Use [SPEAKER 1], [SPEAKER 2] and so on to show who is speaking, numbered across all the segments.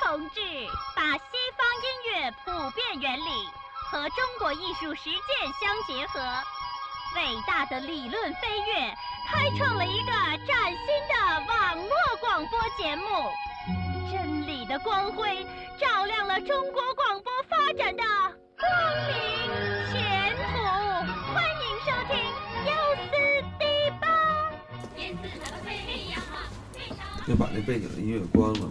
[SPEAKER 1] 同志把西方音乐普遍原理和中国艺术实践相结合，伟大的理论飞跃，开创了一个崭新的网络广播节目。真理的光辉照亮了中国广播发展的光明前途。欢迎收听优思迪吧。
[SPEAKER 2] 就把那背景音乐关了。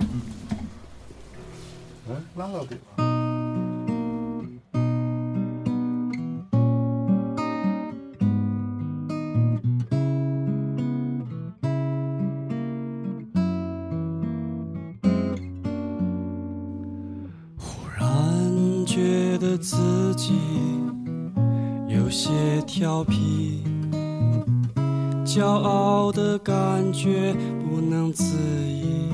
[SPEAKER 3] 哎，拉到底了。
[SPEAKER 4] 忽然觉得自己有些调皮，骄傲的感觉不能自已。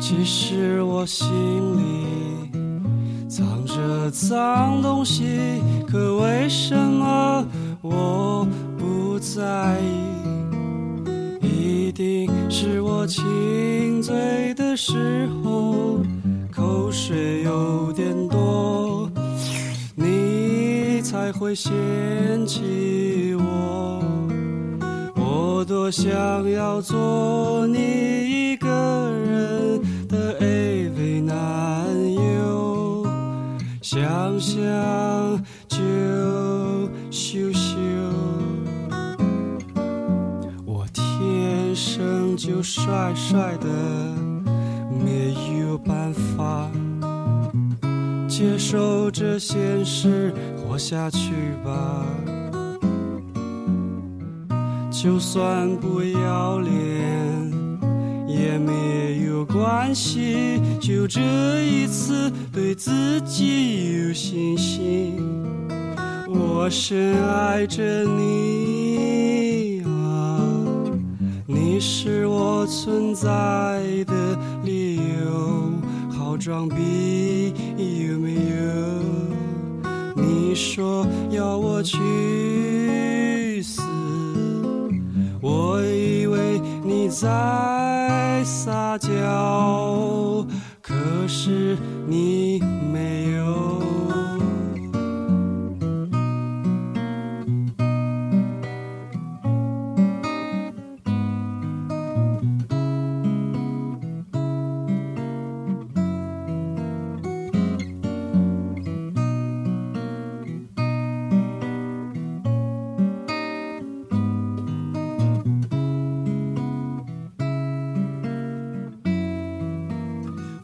[SPEAKER 4] 其实我心里藏着脏东西，可为什么我不在意？一定是我亲嘴的时候，口水有点多，你才会嫌弃我。我多想要做你一个人的 AV 男友，想想就羞羞。我天生就帅帅的，没有办法接受这现实，活下去吧。就算不要脸也没有关系，就这一次对自己有信心。我深爱着你啊，你是我存在的理由，好装逼有没有？你说要我去死，我以为你在撒娇，可是你没有。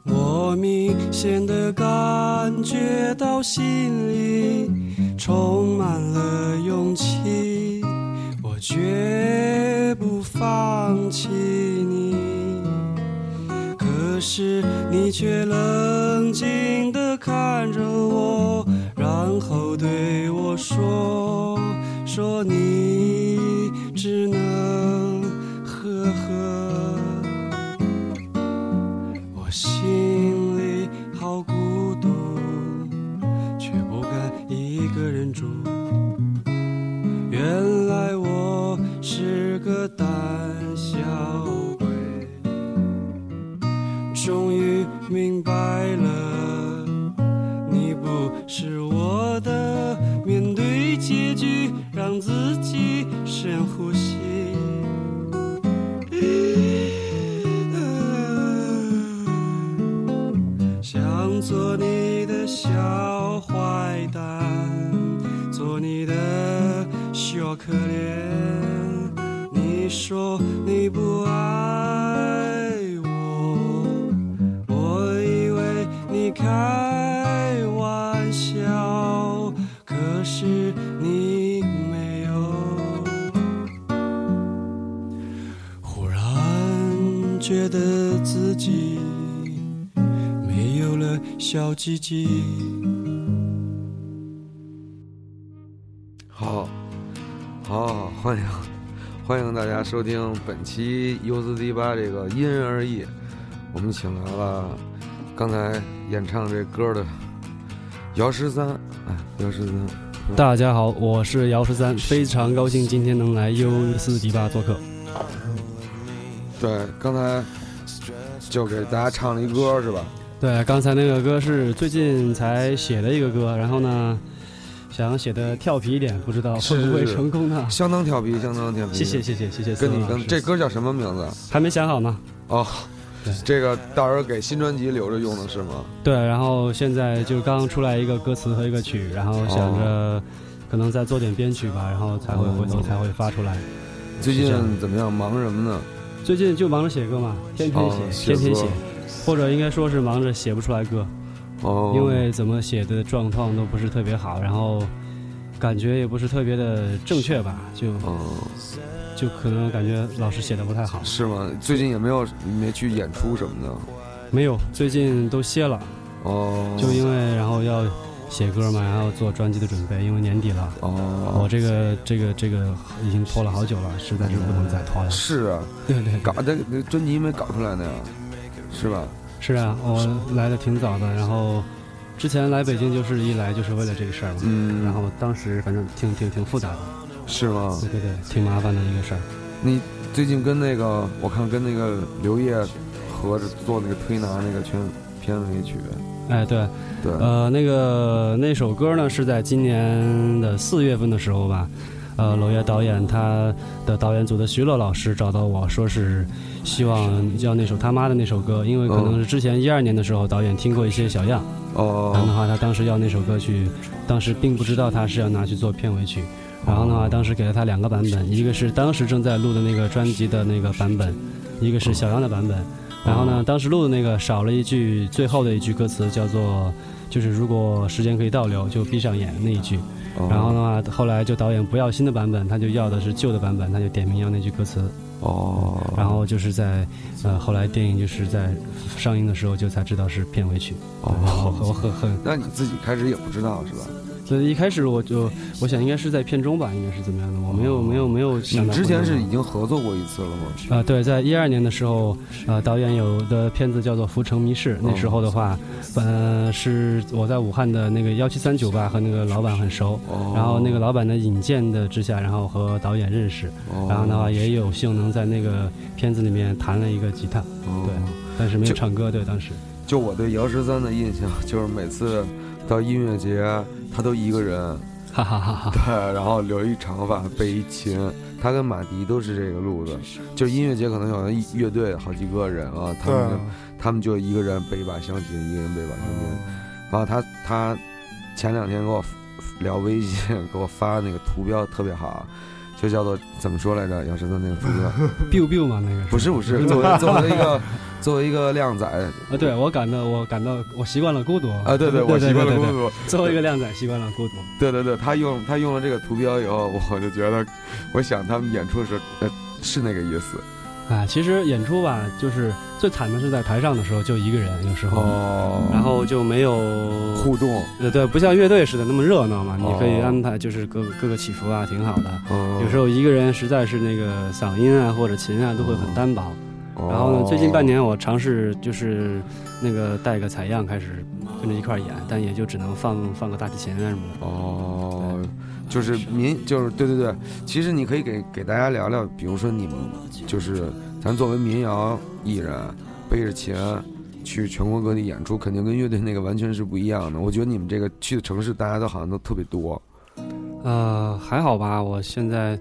[SPEAKER 4] 我明显的感觉到心里充满了勇气，我绝不放弃你。可是你却冷静地看着我，然后对我说：“说你只能呵呵。”我心里好孤独，却不敢一个人住。原来我是个胆小鬼，终于明白了，你不是我的。面对结局，让自己深呼吸。想做你的小坏蛋，做你的小可怜。你说你不爱我，我以为你开玩笑，可是你没有。忽然觉得自己没有了小鸡鸡。
[SPEAKER 2] 好，好，欢迎，欢迎大家收听本期 U 四 D 八这个因人而异。我们请来了刚才演唱这歌的姚十三，哎，姚十三，
[SPEAKER 4] 大家好，我是姚十三，非常高兴今天能来优四迪吧做客。
[SPEAKER 2] 对，刚才就给大家唱了一歌是吧？
[SPEAKER 5] 对，刚才那个歌是最近才写的一个歌，然后呢，想写的跳皮一点，不知道会不
[SPEAKER 2] 是
[SPEAKER 5] 会
[SPEAKER 2] 是是
[SPEAKER 5] 成功呢？
[SPEAKER 2] 相当调皮，相当调皮。
[SPEAKER 5] 谢谢谢谢谢谢四
[SPEAKER 2] 跟
[SPEAKER 5] 龙
[SPEAKER 2] 你
[SPEAKER 5] 老师，
[SPEAKER 2] 跟这歌叫什么名字？
[SPEAKER 5] 还没想好呢。
[SPEAKER 2] 哦
[SPEAKER 5] 对，
[SPEAKER 2] 这个到时候给新专辑留着用的是吗？
[SPEAKER 5] 对，然后现在就刚出来一个歌词和一个曲，然后想
[SPEAKER 4] 哦
[SPEAKER 5] 着可能再做点编曲吧，然后才会回头才会发出来。
[SPEAKER 2] 最
[SPEAKER 5] 是
[SPEAKER 2] 近
[SPEAKER 5] 这样
[SPEAKER 2] 怎么样？忙什么呢？
[SPEAKER 5] 最近就忙着写歌嘛，天天
[SPEAKER 2] 哦写
[SPEAKER 5] 写，天天
[SPEAKER 2] 歌
[SPEAKER 5] 写，或者应该说是忙着写不出来歌，
[SPEAKER 2] 哦，
[SPEAKER 5] 因为怎么写的状况都不是特别好，然后感觉也不是特别的正确吧，就
[SPEAKER 2] 哦，
[SPEAKER 5] 就可能感觉老师写的不太好。
[SPEAKER 2] 是吗？最近也没有没去演出什么的。
[SPEAKER 5] 没有，最近都歇了，
[SPEAKER 2] 哦，
[SPEAKER 5] 就因为然后要写歌嘛，然后做专辑的准备，因为年底了。我
[SPEAKER 2] 哦，
[SPEAKER 5] 这个这个这个已经拖了好久了，实在是不能再拖了。
[SPEAKER 2] 是啊，
[SPEAKER 5] 对对，
[SPEAKER 2] 搞的那专辑没搞出来呢呀，是吧？
[SPEAKER 5] 是啊，我来的挺早的，然后之前来北京就是一来就是为了这个事儿嘛。
[SPEAKER 2] 嗯，
[SPEAKER 5] 然后当时反正挺挺挺复杂的，
[SPEAKER 2] 是吗
[SPEAKER 5] 对？对对，挺麻烦的一个事儿。
[SPEAKER 2] 你最近跟那个我看跟那个刘烨合着做那个推拿那个圈片尾曲，
[SPEAKER 5] 哎，对，
[SPEAKER 2] 对，
[SPEAKER 5] 呃，那个那首歌呢是在今年的四月份的时候吧，呃，娄烨导演他的导演组的徐乐老师找到我说是希望要那首他妈的那首歌，因为可能是之前一二年的时候导演听过一些小样。然后的
[SPEAKER 2] 哦，
[SPEAKER 5] 话，他当时要那首歌曲，当时并不知道他是要拿去做片尾曲。然后的
[SPEAKER 2] 哦
[SPEAKER 5] 话，当时给了他两个版本，一个是当时正在录的那个专辑的那个版本，一个是小样的版本。
[SPEAKER 2] 哦
[SPEAKER 5] 然后呢，当时录的那个少了一句最后的一句歌词，叫做就是如果时间可以倒流，就闭上眼那一句。
[SPEAKER 2] 哦
[SPEAKER 5] 然后的话，后来就导演不要新的版本，他就要的是旧的版本，他就点名要那句歌词。
[SPEAKER 2] 哦，
[SPEAKER 5] 然后就是在呃后来电影就是在上映的时候就才知道是片尾曲。然后
[SPEAKER 2] 哦，
[SPEAKER 5] 我很很
[SPEAKER 2] 那你自己开始也不知道是吧？
[SPEAKER 5] 所以一开始我就我想应该是在片中吧，应该是怎么样的？我没有没有没有想
[SPEAKER 2] 哦你
[SPEAKER 5] 到
[SPEAKER 2] 之前是已
[SPEAKER 5] 啊、
[SPEAKER 2] 经合作过一次了吗？
[SPEAKER 5] 呃对，在一二年的时候，呃，导演有的片子叫做《浮城谜事》，
[SPEAKER 2] 哦
[SPEAKER 5] 那时候的话，呃，是我在武汉的那个幺七三酒吧和那个老板很熟，
[SPEAKER 2] 哦，
[SPEAKER 5] 然后那个老板的引荐的之下，然后和导演认识，
[SPEAKER 2] 哦，
[SPEAKER 5] 然后的话也有幸能在那个片子里面弹了一个吉他，
[SPEAKER 2] 哦
[SPEAKER 5] 对但是没有
[SPEAKER 2] 就
[SPEAKER 5] 唱歌，对，当时
[SPEAKER 2] 就我对姚十三的印象， 就是每次到音乐节，他都一个人，
[SPEAKER 5] 哈哈哈哈，
[SPEAKER 2] 对， 然后留一长发，背一琴。他跟马迪都是这个路子，就是音乐节可能有一乐队好几个人啊，他
[SPEAKER 3] 对
[SPEAKER 2] 们就他们就一个人背一把香琴，一个人背一把香琴。
[SPEAKER 3] 嗯
[SPEAKER 2] 然后他他前两天给我聊微信， 给我发那个图标特别好，就叫做怎么说来着？姚十三那个图标。
[SPEAKER 5] biu biu 嘛那个
[SPEAKER 2] 不是不是，作为作为一个作为一个靓仔
[SPEAKER 5] 啊，对我感到我感到我习惯了孤独
[SPEAKER 2] 啊，对 对，
[SPEAKER 5] 对，
[SPEAKER 2] 我习惯了
[SPEAKER 5] 对
[SPEAKER 2] 孤
[SPEAKER 5] 对
[SPEAKER 2] 独，
[SPEAKER 5] 作为一个靓仔，习惯了孤独。
[SPEAKER 2] 对对对，他用他用了这个图标以后，我就觉得，我想他们演出的时候，呃，是那个意思
[SPEAKER 5] 啊，其实演出吧，就是最惨的是在台上的时候就一个人，有时候，
[SPEAKER 2] 哦
[SPEAKER 5] 然后就没有
[SPEAKER 2] 互动，
[SPEAKER 5] 呃，对，不像乐队似的那么热闹嘛。
[SPEAKER 2] 哦
[SPEAKER 5] 你可以安排就是各各个起伏啊，挺好的。
[SPEAKER 2] 嗯
[SPEAKER 5] 有时候一个人实在是那个嗓音啊或者琴啊都会很单薄。
[SPEAKER 2] 哦
[SPEAKER 5] 然后呢，最近半，年我尝试就是那个带个采样开始跟着一块儿演，但也就只能放放个大提琴啊什么的。
[SPEAKER 2] 哦，就是民，就是对对对，其实你可以给给大家聊聊，比如说你们就是咱作为民谣艺人，背着琴。去全国各地演出，肯定跟乐队那个完全是不一样的。我觉得你们这个去的城市，大家都好像都特别多。
[SPEAKER 5] 呃，还好吧，我现在。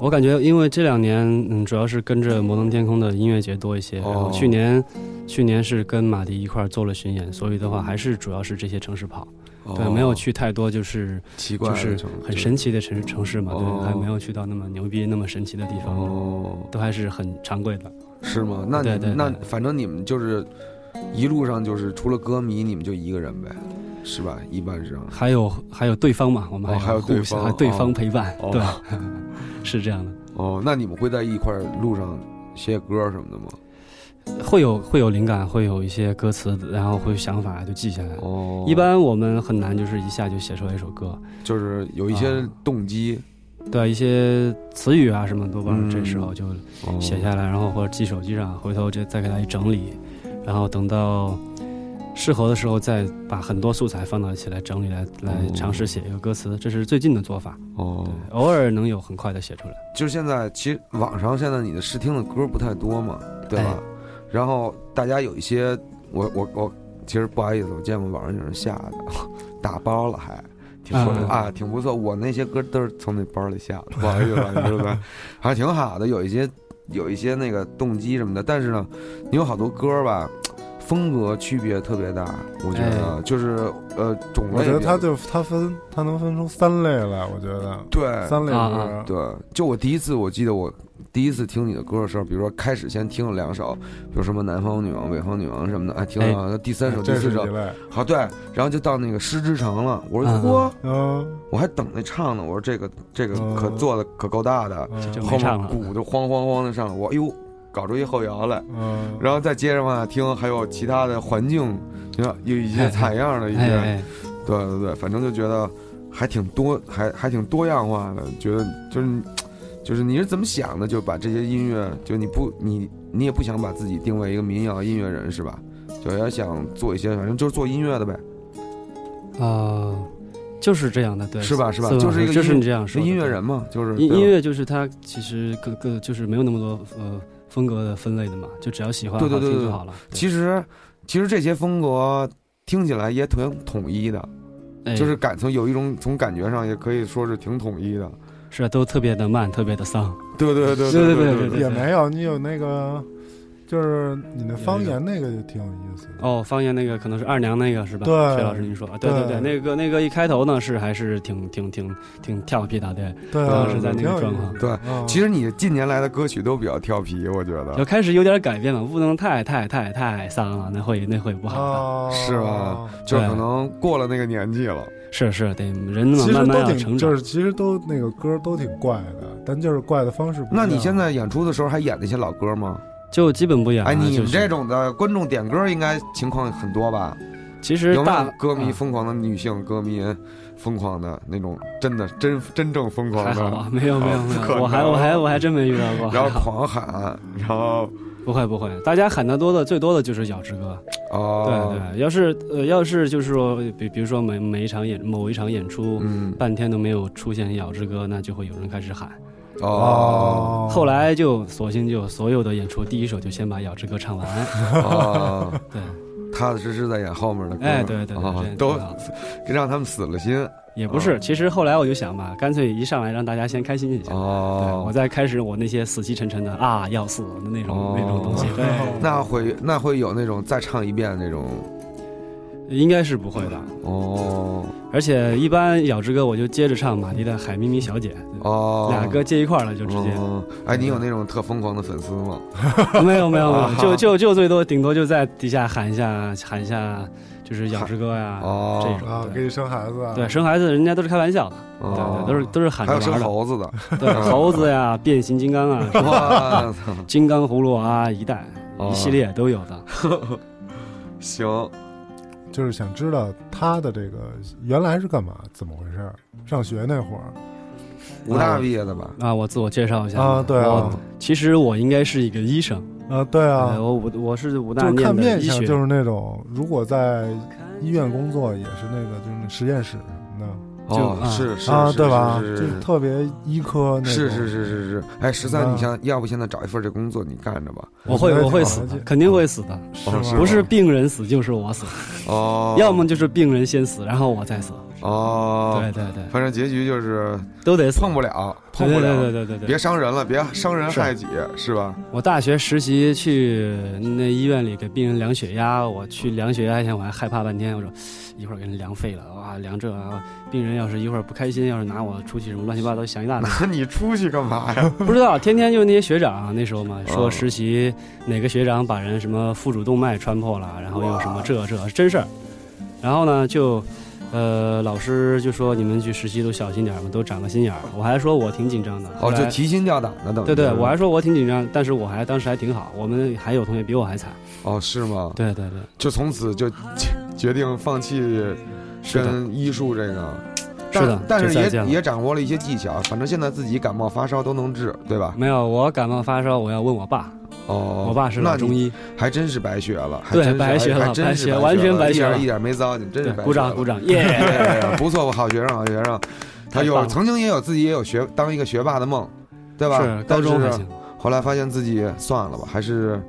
[SPEAKER 5] 我感觉，因为这两年，嗯，主要是跟着摩登天空的音乐节多一些。然后
[SPEAKER 2] 哦
[SPEAKER 5] 去年，去年是跟马迪一块儿做了巡演，所以的话还是主要是这些城市跑，对，没有去太多就是
[SPEAKER 2] 哦奇哦怪
[SPEAKER 5] 就
[SPEAKER 2] 的城
[SPEAKER 5] 是
[SPEAKER 2] 市，
[SPEAKER 5] 很神奇的城城市嘛，
[SPEAKER 2] 哦
[SPEAKER 5] 对，还没有去到那么牛逼、那么神奇的地方，
[SPEAKER 2] 哦，
[SPEAKER 5] 都还是很常规的。
[SPEAKER 2] 是吗？那你
[SPEAKER 5] 对对对
[SPEAKER 2] 那反正你们就是一路上就是除了歌迷，你们就一个人呗，是吧？一般上
[SPEAKER 5] 还有还有对方嘛，我们
[SPEAKER 2] 哦还有
[SPEAKER 5] 互
[SPEAKER 2] 对
[SPEAKER 5] 相
[SPEAKER 2] 方
[SPEAKER 5] 还对
[SPEAKER 2] 哦
[SPEAKER 5] 方陪伴，
[SPEAKER 2] 哦
[SPEAKER 5] 对，是这样的。
[SPEAKER 2] 哦，那你们会在一块儿路上写歌什么的吗？
[SPEAKER 5] 会有会有灵感，会有一些歌词，然后会有想法就记下来。
[SPEAKER 2] 哦，
[SPEAKER 5] 一般我们很难就是一下就写出来一首歌，
[SPEAKER 2] 就是有一些
[SPEAKER 5] 啊
[SPEAKER 2] 动机，
[SPEAKER 5] 对一些词语啊什么，多半
[SPEAKER 2] 嗯
[SPEAKER 5] 这时候就
[SPEAKER 2] 哦
[SPEAKER 5] 写下来，然后或者记手机上，回头这再给它一整理，然后等到适合的时候再把很多素材放到一起来整理来，来
[SPEAKER 2] 哦
[SPEAKER 5] 尝试写一个歌词，这是最近的做法。
[SPEAKER 2] 哦
[SPEAKER 5] 对，，偶尔能有很快的写出来。
[SPEAKER 2] 就是现在，其实网上现在你的试听的歌不太多嘛，对吧？然后大家有一些，我我我，其实不好意思，我见过网上有人下的， 打包了还。挺不错的
[SPEAKER 5] 嗯
[SPEAKER 2] 啊，挺不错。我那些歌都是从那包里下的，不好意思啊，你知道吧？还挺好的，有一些有一些那个动机什么的。但是呢，你有好多歌吧，风格区别特别大，我觉得就是呃种类比较。
[SPEAKER 3] 我觉得他就他分他能分出三类来，我觉得
[SPEAKER 2] 对
[SPEAKER 3] 三类
[SPEAKER 5] 啊
[SPEAKER 3] 歌，
[SPEAKER 2] 对，就我第一次，我记得我第一次听你的歌的时候，比如说开始先听了两首，比如什么《南方女王》《北方女王》什么的，哎，听了、第三首、第
[SPEAKER 3] 这
[SPEAKER 2] 四
[SPEAKER 3] 是
[SPEAKER 2] 首
[SPEAKER 3] 一，类。
[SPEAKER 2] 好对，然后就到那个《诗之城》了，我说
[SPEAKER 5] 嗯
[SPEAKER 2] 嚯，
[SPEAKER 3] 嗯，
[SPEAKER 2] 我还等那唱呢，我说这个这个
[SPEAKER 3] 嗯
[SPEAKER 2] 可做的可够大
[SPEAKER 5] 啊
[SPEAKER 2] 的，
[SPEAKER 3] 嗯
[SPEAKER 5] 哦就没
[SPEAKER 2] 后
[SPEAKER 5] 唱
[SPEAKER 2] 面
[SPEAKER 5] 了
[SPEAKER 2] 鼓就哐哐哐的上了，我哎呦，搞出一后摇来。
[SPEAKER 3] 嗯，
[SPEAKER 2] 然后再接着往下听，还有其他的环境，你看有一 些采样的一些，
[SPEAKER 5] 哎哎，
[SPEAKER 2] 对对对，反正就觉得还挺多，还还挺多样化的。觉得就是你就是你是怎么想的？就把这些音乐，就你不你你也不想把自己定位一个民谣音乐人是吧？就也想做一些，反正就是做音乐的呗，
[SPEAKER 5] 啊，就是这样的，对，
[SPEAKER 2] 是吧？是吧？
[SPEAKER 5] 吧
[SPEAKER 2] 就是一个
[SPEAKER 5] 就是
[SPEAKER 2] 音
[SPEAKER 5] 你这样
[SPEAKER 2] 是
[SPEAKER 5] 说的
[SPEAKER 2] 音乐
[SPEAKER 5] 对
[SPEAKER 2] 人嘛，就是
[SPEAKER 5] 音
[SPEAKER 2] 对
[SPEAKER 5] 音乐就是它其实各各就是没有那么多呃风格的分类的嘛，就只要喜欢
[SPEAKER 2] 对
[SPEAKER 5] 好
[SPEAKER 2] 对对
[SPEAKER 5] 听
[SPEAKER 2] 对
[SPEAKER 5] 就好了。对
[SPEAKER 2] 其实其实这些风格听起来也挺统一的，
[SPEAKER 5] 哎
[SPEAKER 2] 就是感从有一种从感觉上也可以说是挺统一的。
[SPEAKER 5] 是啊都特别的慢，特别的丧。
[SPEAKER 2] 对对对
[SPEAKER 5] 对
[SPEAKER 2] 对
[SPEAKER 5] 对对
[SPEAKER 2] 对
[SPEAKER 5] 对
[SPEAKER 3] 也没有，你有那个，就是你那方言那个就挺有意思的。
[SPEAKER 5] 哦，方言那个可能是二娘那个是吧？
[SPEAKER 3] 对
[SPEAKER 5] 崔老师您说，啊对
[SPEAKER 3] 对
[SPEAKER 5] 对，那个那个一开头呢是还是挺挺挺挺调皮的，对，
[SPEAKER 3] 对啊，
[SPEAKER 2] 当时在
[SPEAKER 5] 那个
[SPEAKER 3] 挺有
[SPEAKER 5] 状
[SPEAKER 3] 意思
[SPEAKER 5] 况
[SPEAKER 3] 的
[SPEAKER 2] 对
[SPEAKER 3] 嗯
[SPEAKER 2] 其实你近年来的歌曲都比较调皮，我觉得。
[SPEAKER 5] 要开始有点改变了，不能太太太太丧了，那会那会不好的。
[SPEAKER 3] 哦
[SPEAKER 2] 是吧？就是可能过了那个年纪了，
[SPEAKER 5] 是是，得人嘛
[SPEAKER 3] 其实
[SPEAKER 5] 慢慢
[SPEAKER 3] 都
[SPEAKER 5] 要
[SPEAKER 3] 挺，
[SPEAKER 5] 成长
[SPEAKER 3] 就。是其实都那个歌都挺怪的，但就是怪的方式不一
[SPEAKER 2] 那
[SPEAKER 3] 样。
[SPEAKER 2] 你现在演出的时候还演那些老歌吗？
[SPEAKER 5] 就基本不演了。
[SPEAKER 2] 哎，你
[SPEAKER 5] 嗯就
[SPEAKER 2] 们
[SPEAKER 5] 是
[SPEAKER 2] 这种的观众点歌应该情况很多吧？
[SPEAKER 5] 其实
[SPEAKER 2] 有没
[SPEAKER 5] 大
[SPEAKER 2] 有歌迷
[SPEAKER 5] 啊
[SPEAKER 2] 疯狂的女性歌迷疯狂的那种真的真真正疯狂
[SPEAKER 5] 还好
[SPEAKER 2] 的，
[SPEAKER 5] 吧？没有没有没
[SPEAKER 2] 不可能
[SPEAKER 5] 有，我还我还我还真没遇到过。
[SPEAKER 2] 然后
[SPEAKER 5] 还好
[SPEAKER 2] 狂喊，然后
[SPEAKER 5] 不会不会，大家喊得多的最多的就是咬之歌。对
[SPEAKER 2] 哦，
[SPEAKER 5] 对，要是呃要是就是说，比比如说每每一场演某一场演出。
[SPEAKER 2] 嗯
[SPEAKER 5] 半天都没有出现咬之歌，那就会有人开始喊。
[SPEAKER 2] 哦
[SPEAKER 5] 后来就索性就所有的演出第一首就先把咬之歌唱完。
[SPEAKER 2] 哦，
[SPEAKER 5] 对，
[SPEAKER 2] 踏踏实实在演后面的歌，
[SPEAKER 5] 哎对对对，
[SPEAKER 2] 哦
[SPEAKER 5] 这样
[SPEAKER 2] 都哦
[SPEAKER 5] 挺好的
[SPEAKER 2] 让他们死了心
[SPEAKER 5] 也不是。其实后来我就想吧，干脆一上来让大家先开心一下。对，
[SPEAKER 2] 哦
[SPEAKER 5] 我。再开始我那些死气沉沉的啊要死的那种、
[SPEAKER 2] 哦
[SPEAKER 5] 那种东西，对，
[SPEAKER 2] 那会那会有那种再唱一遍那种
[SPEAKER 5] 应该是不会的。
[SPEAKER 2] 哦
[SPEAKER 5] 而且一般咬之歌我就接着唱马迪的《海咪咪小姐》，
[SPEAKER 2] 哦，
[SPEAKER 5] 俩歌接一块儿了就直接，
[SPEAKER 2] 哦哎，你有那种特疯狂的粉丝吗？
[SPEAKER 5] 没有没有没
[SPEAKER 2] 啊
[SPEAKER 5] 有，就就就最多顶多就在底下喊一下喊一下，就是咬之歌呀
[SPEAKER 2] 哦
[SPEAKER 5] 这 种
[SPEAKER 3] 啊，给
[SPEAKER 5] 对。
[SPEAKER 3] 你生孩子啊，
[SPEAKER 5] 对，生孩子人家都是开玩笑的，对
[SPEAKER 2] 哦
[SPEAKER 5] 对，都是都是喊
[SPEAKER 2] 还
[SPEAKER 5] 着
[SPEAKER 2] 有生
[SPEAKER 5] 玩的，
[SPEAKER 2] 猴子的，
[SPEAKER 5] 对， 猴子呀、变形金刚啊、
[SPEAKER 2] 哇操！
[SPEAKER 5] 金刚葫芦娃、啊、一代
[SPEAKER 2] 哦
[SPEAKER 5] 一系列都有的。
[SPEAKER 2] 行，
[SPEAKER 3] 就是想知道他的这个原来是干嘛，怎么回事儿？上学那会儿
[SPEAKER 2] 武大毕业的吧？哦
[SPEAKER 5] 啊，我自我介绍一下
[SPEAKER 3] 啊对啊
[SPEAKER 5] 我其实我应该是一个医生，
[SPEAKER 3] 啊，对啊
[SPEAKER 5] 呃，我武我是武大
[SPEAKER 3] 就是看
[SPEAKER 5] 念的
[SPEAKER 3] 面
[SPEAKER 5] 医
[SPEAKER 3] 相，
[SPEAKER 5] 学，
[SPEAKER 3] 就是那种如果在医院工作也是那个，就是那实验室什么
[SPEAKER 5] 就
[SPEAKER 2] 哦，
[SPEAKER 5] 啊
[SPEAKER 2] 是是
[SPEAKER 3] 的啊，
[SPEAKER 2] 是
[SPEAKER 3] 对吧？
[SPEAKER 2] 是
[SPEAKER 3] 就是特别医科那种，
[SPEAKER 2] 是是是是是。哎，十三，
[SPEAKER 3] 嗯
[SPEAKER 2] 你想要不现在找一份这工作你啊干着吧？
[SPEAKER 5] 我会
[SPEAKER 3] 觉得
[SPEAKER 5] 我会
[SPEAKER 3] 挺好
[SPEAKER 5] 死
[SPEAKER 3] 的
[SPEAKER 5] 的，肯定会死的，
[SPEAKER 3] 是
[SPEAKER 2] 哦
[SPEAKER 3] 吗
[SPEAKER 2] 是吗
[SPEAKER 5] 不是病人死就是我死，
[SPEAKER 2] 哦，
[SPEAKER 5] 要么就是病人先死，然后我再死。
[SPEAKER 2] 哦，
[SPEAKER 5] 对对对，
[SPEAKER 2] 反正结局就是
[SPEAKER 5] 都得死
[SPEAKER 2] 碰不了，
[SPEAKER 5] 对
[SPEAKER 2] 碰不
[SPEAKER 5] 对对
[SPEAKER 2] 了，
[SPEAKER 5] 对对对
[SPEAKER 2] 别
[SPEAKER 5] 对。
[SPEAKER 2] 伤人了，别伤人
[SPEAKER 5] 是
[SPEAKER 2] 害己，是吧？
[SPEAKER 5] 我大学实习去那医院里给病人量血压，我去量血压前我还害怕半天，我说一会儿给人量废了，哇，量这啊，病人要是一会儿不开心，要是拿我出去什么乱七八糟想一 大堆，
[SPEAKER 2] 那你出去干嘛呀？
[SPEAKER 5] 不知道，天天就那些学长那时候嘛，
[SPEAKER 2] 哦
[SPEAKER 5] 说实习哪个学长把人什么腹主动脉穿破了，然后又什么这这真事儿。然后呢，就呃老师就说你们去实习都小心点儿吧，都长个心眼儿。我还说我挺紧张的，后
[SPEAKER 2] 哦，
[SPEAKER 5] 来
[SPEAKER 2] 就提心吊胆的，等于
[SPEAKER 5] 对对，
[SPEAKER 2] 是
[SPEAKER 5] 我还说我挺紧张，但是我还当时还挺好。我们还有同学比我还惨，
[SPEAKER 2] 哦，是吗？
[SPEAKER 5] 对对对，
[SPEAKER 2] 就从此就决定放弃
[SPEAKER 5] 是的，
[SPEAKER 2] 跟医术这个，
[SPEAKER 5] 是的
[SPEAKER 2] 但但
[SPEAKER 5] 就是再见
[SPEAKER 2] 也
[SPEAKER 5] 了
[SPEAKER 2] 也掌握了一些技巧，反正现在自己感冒发烧都能治，对吧？
[SPEAKER 5] 没有我感冒发烧，我要问我爸，
[SPEAKER 2] 哦，
[SPEAKER 5] 嗯我爸是老
[SPEAKER 2] 那
[SPEAKER 5] 中
[SPEAKER 2] 你
[SPEAKER 5] 医，
[SPEAKER 2] 还真是白学了，还
[SPEAKER 5] 对
[SPEAKER 2] 真是
[SPEAKER 5] 白学了
[SPEAKER 2] 还真是
[SPEAKER 5] 白学
[SPEAKER 2] 白
[SPEAKER 5] 完全
[SPEAKER 2] 了
[SPEAKER 5] 白学
[SPEAKER 2] 一
[SPEAKER 5] 了
[SPEAKER 2] 点一点没糟践，真是
[SPEAKER 5] 对
[SPEAKER 2] 白，哎
[SPEAKER 5] 鼓掌鼓
[SPEAKER 2] 掌。
[SPEAKER 5] 掌，耶！
[SPEAKER 2] 对不错，我好学生，好 学生。他
[SPEAKER 5] 太棒
[SPEAKER 2] 有
[SPEAKER 5] 了
[SPEAKER 2] 曾经也有自己也有学当一个学霸的梦，对吧？
[SPEAKER 5] 是
[SPEAKER 2] 但
[SPEAKER 5] 高中还
[SPEAKER 2] 是
[SPEAKER 5] 行，
[SPEAKER 2] 后来发现自己算了吧，还是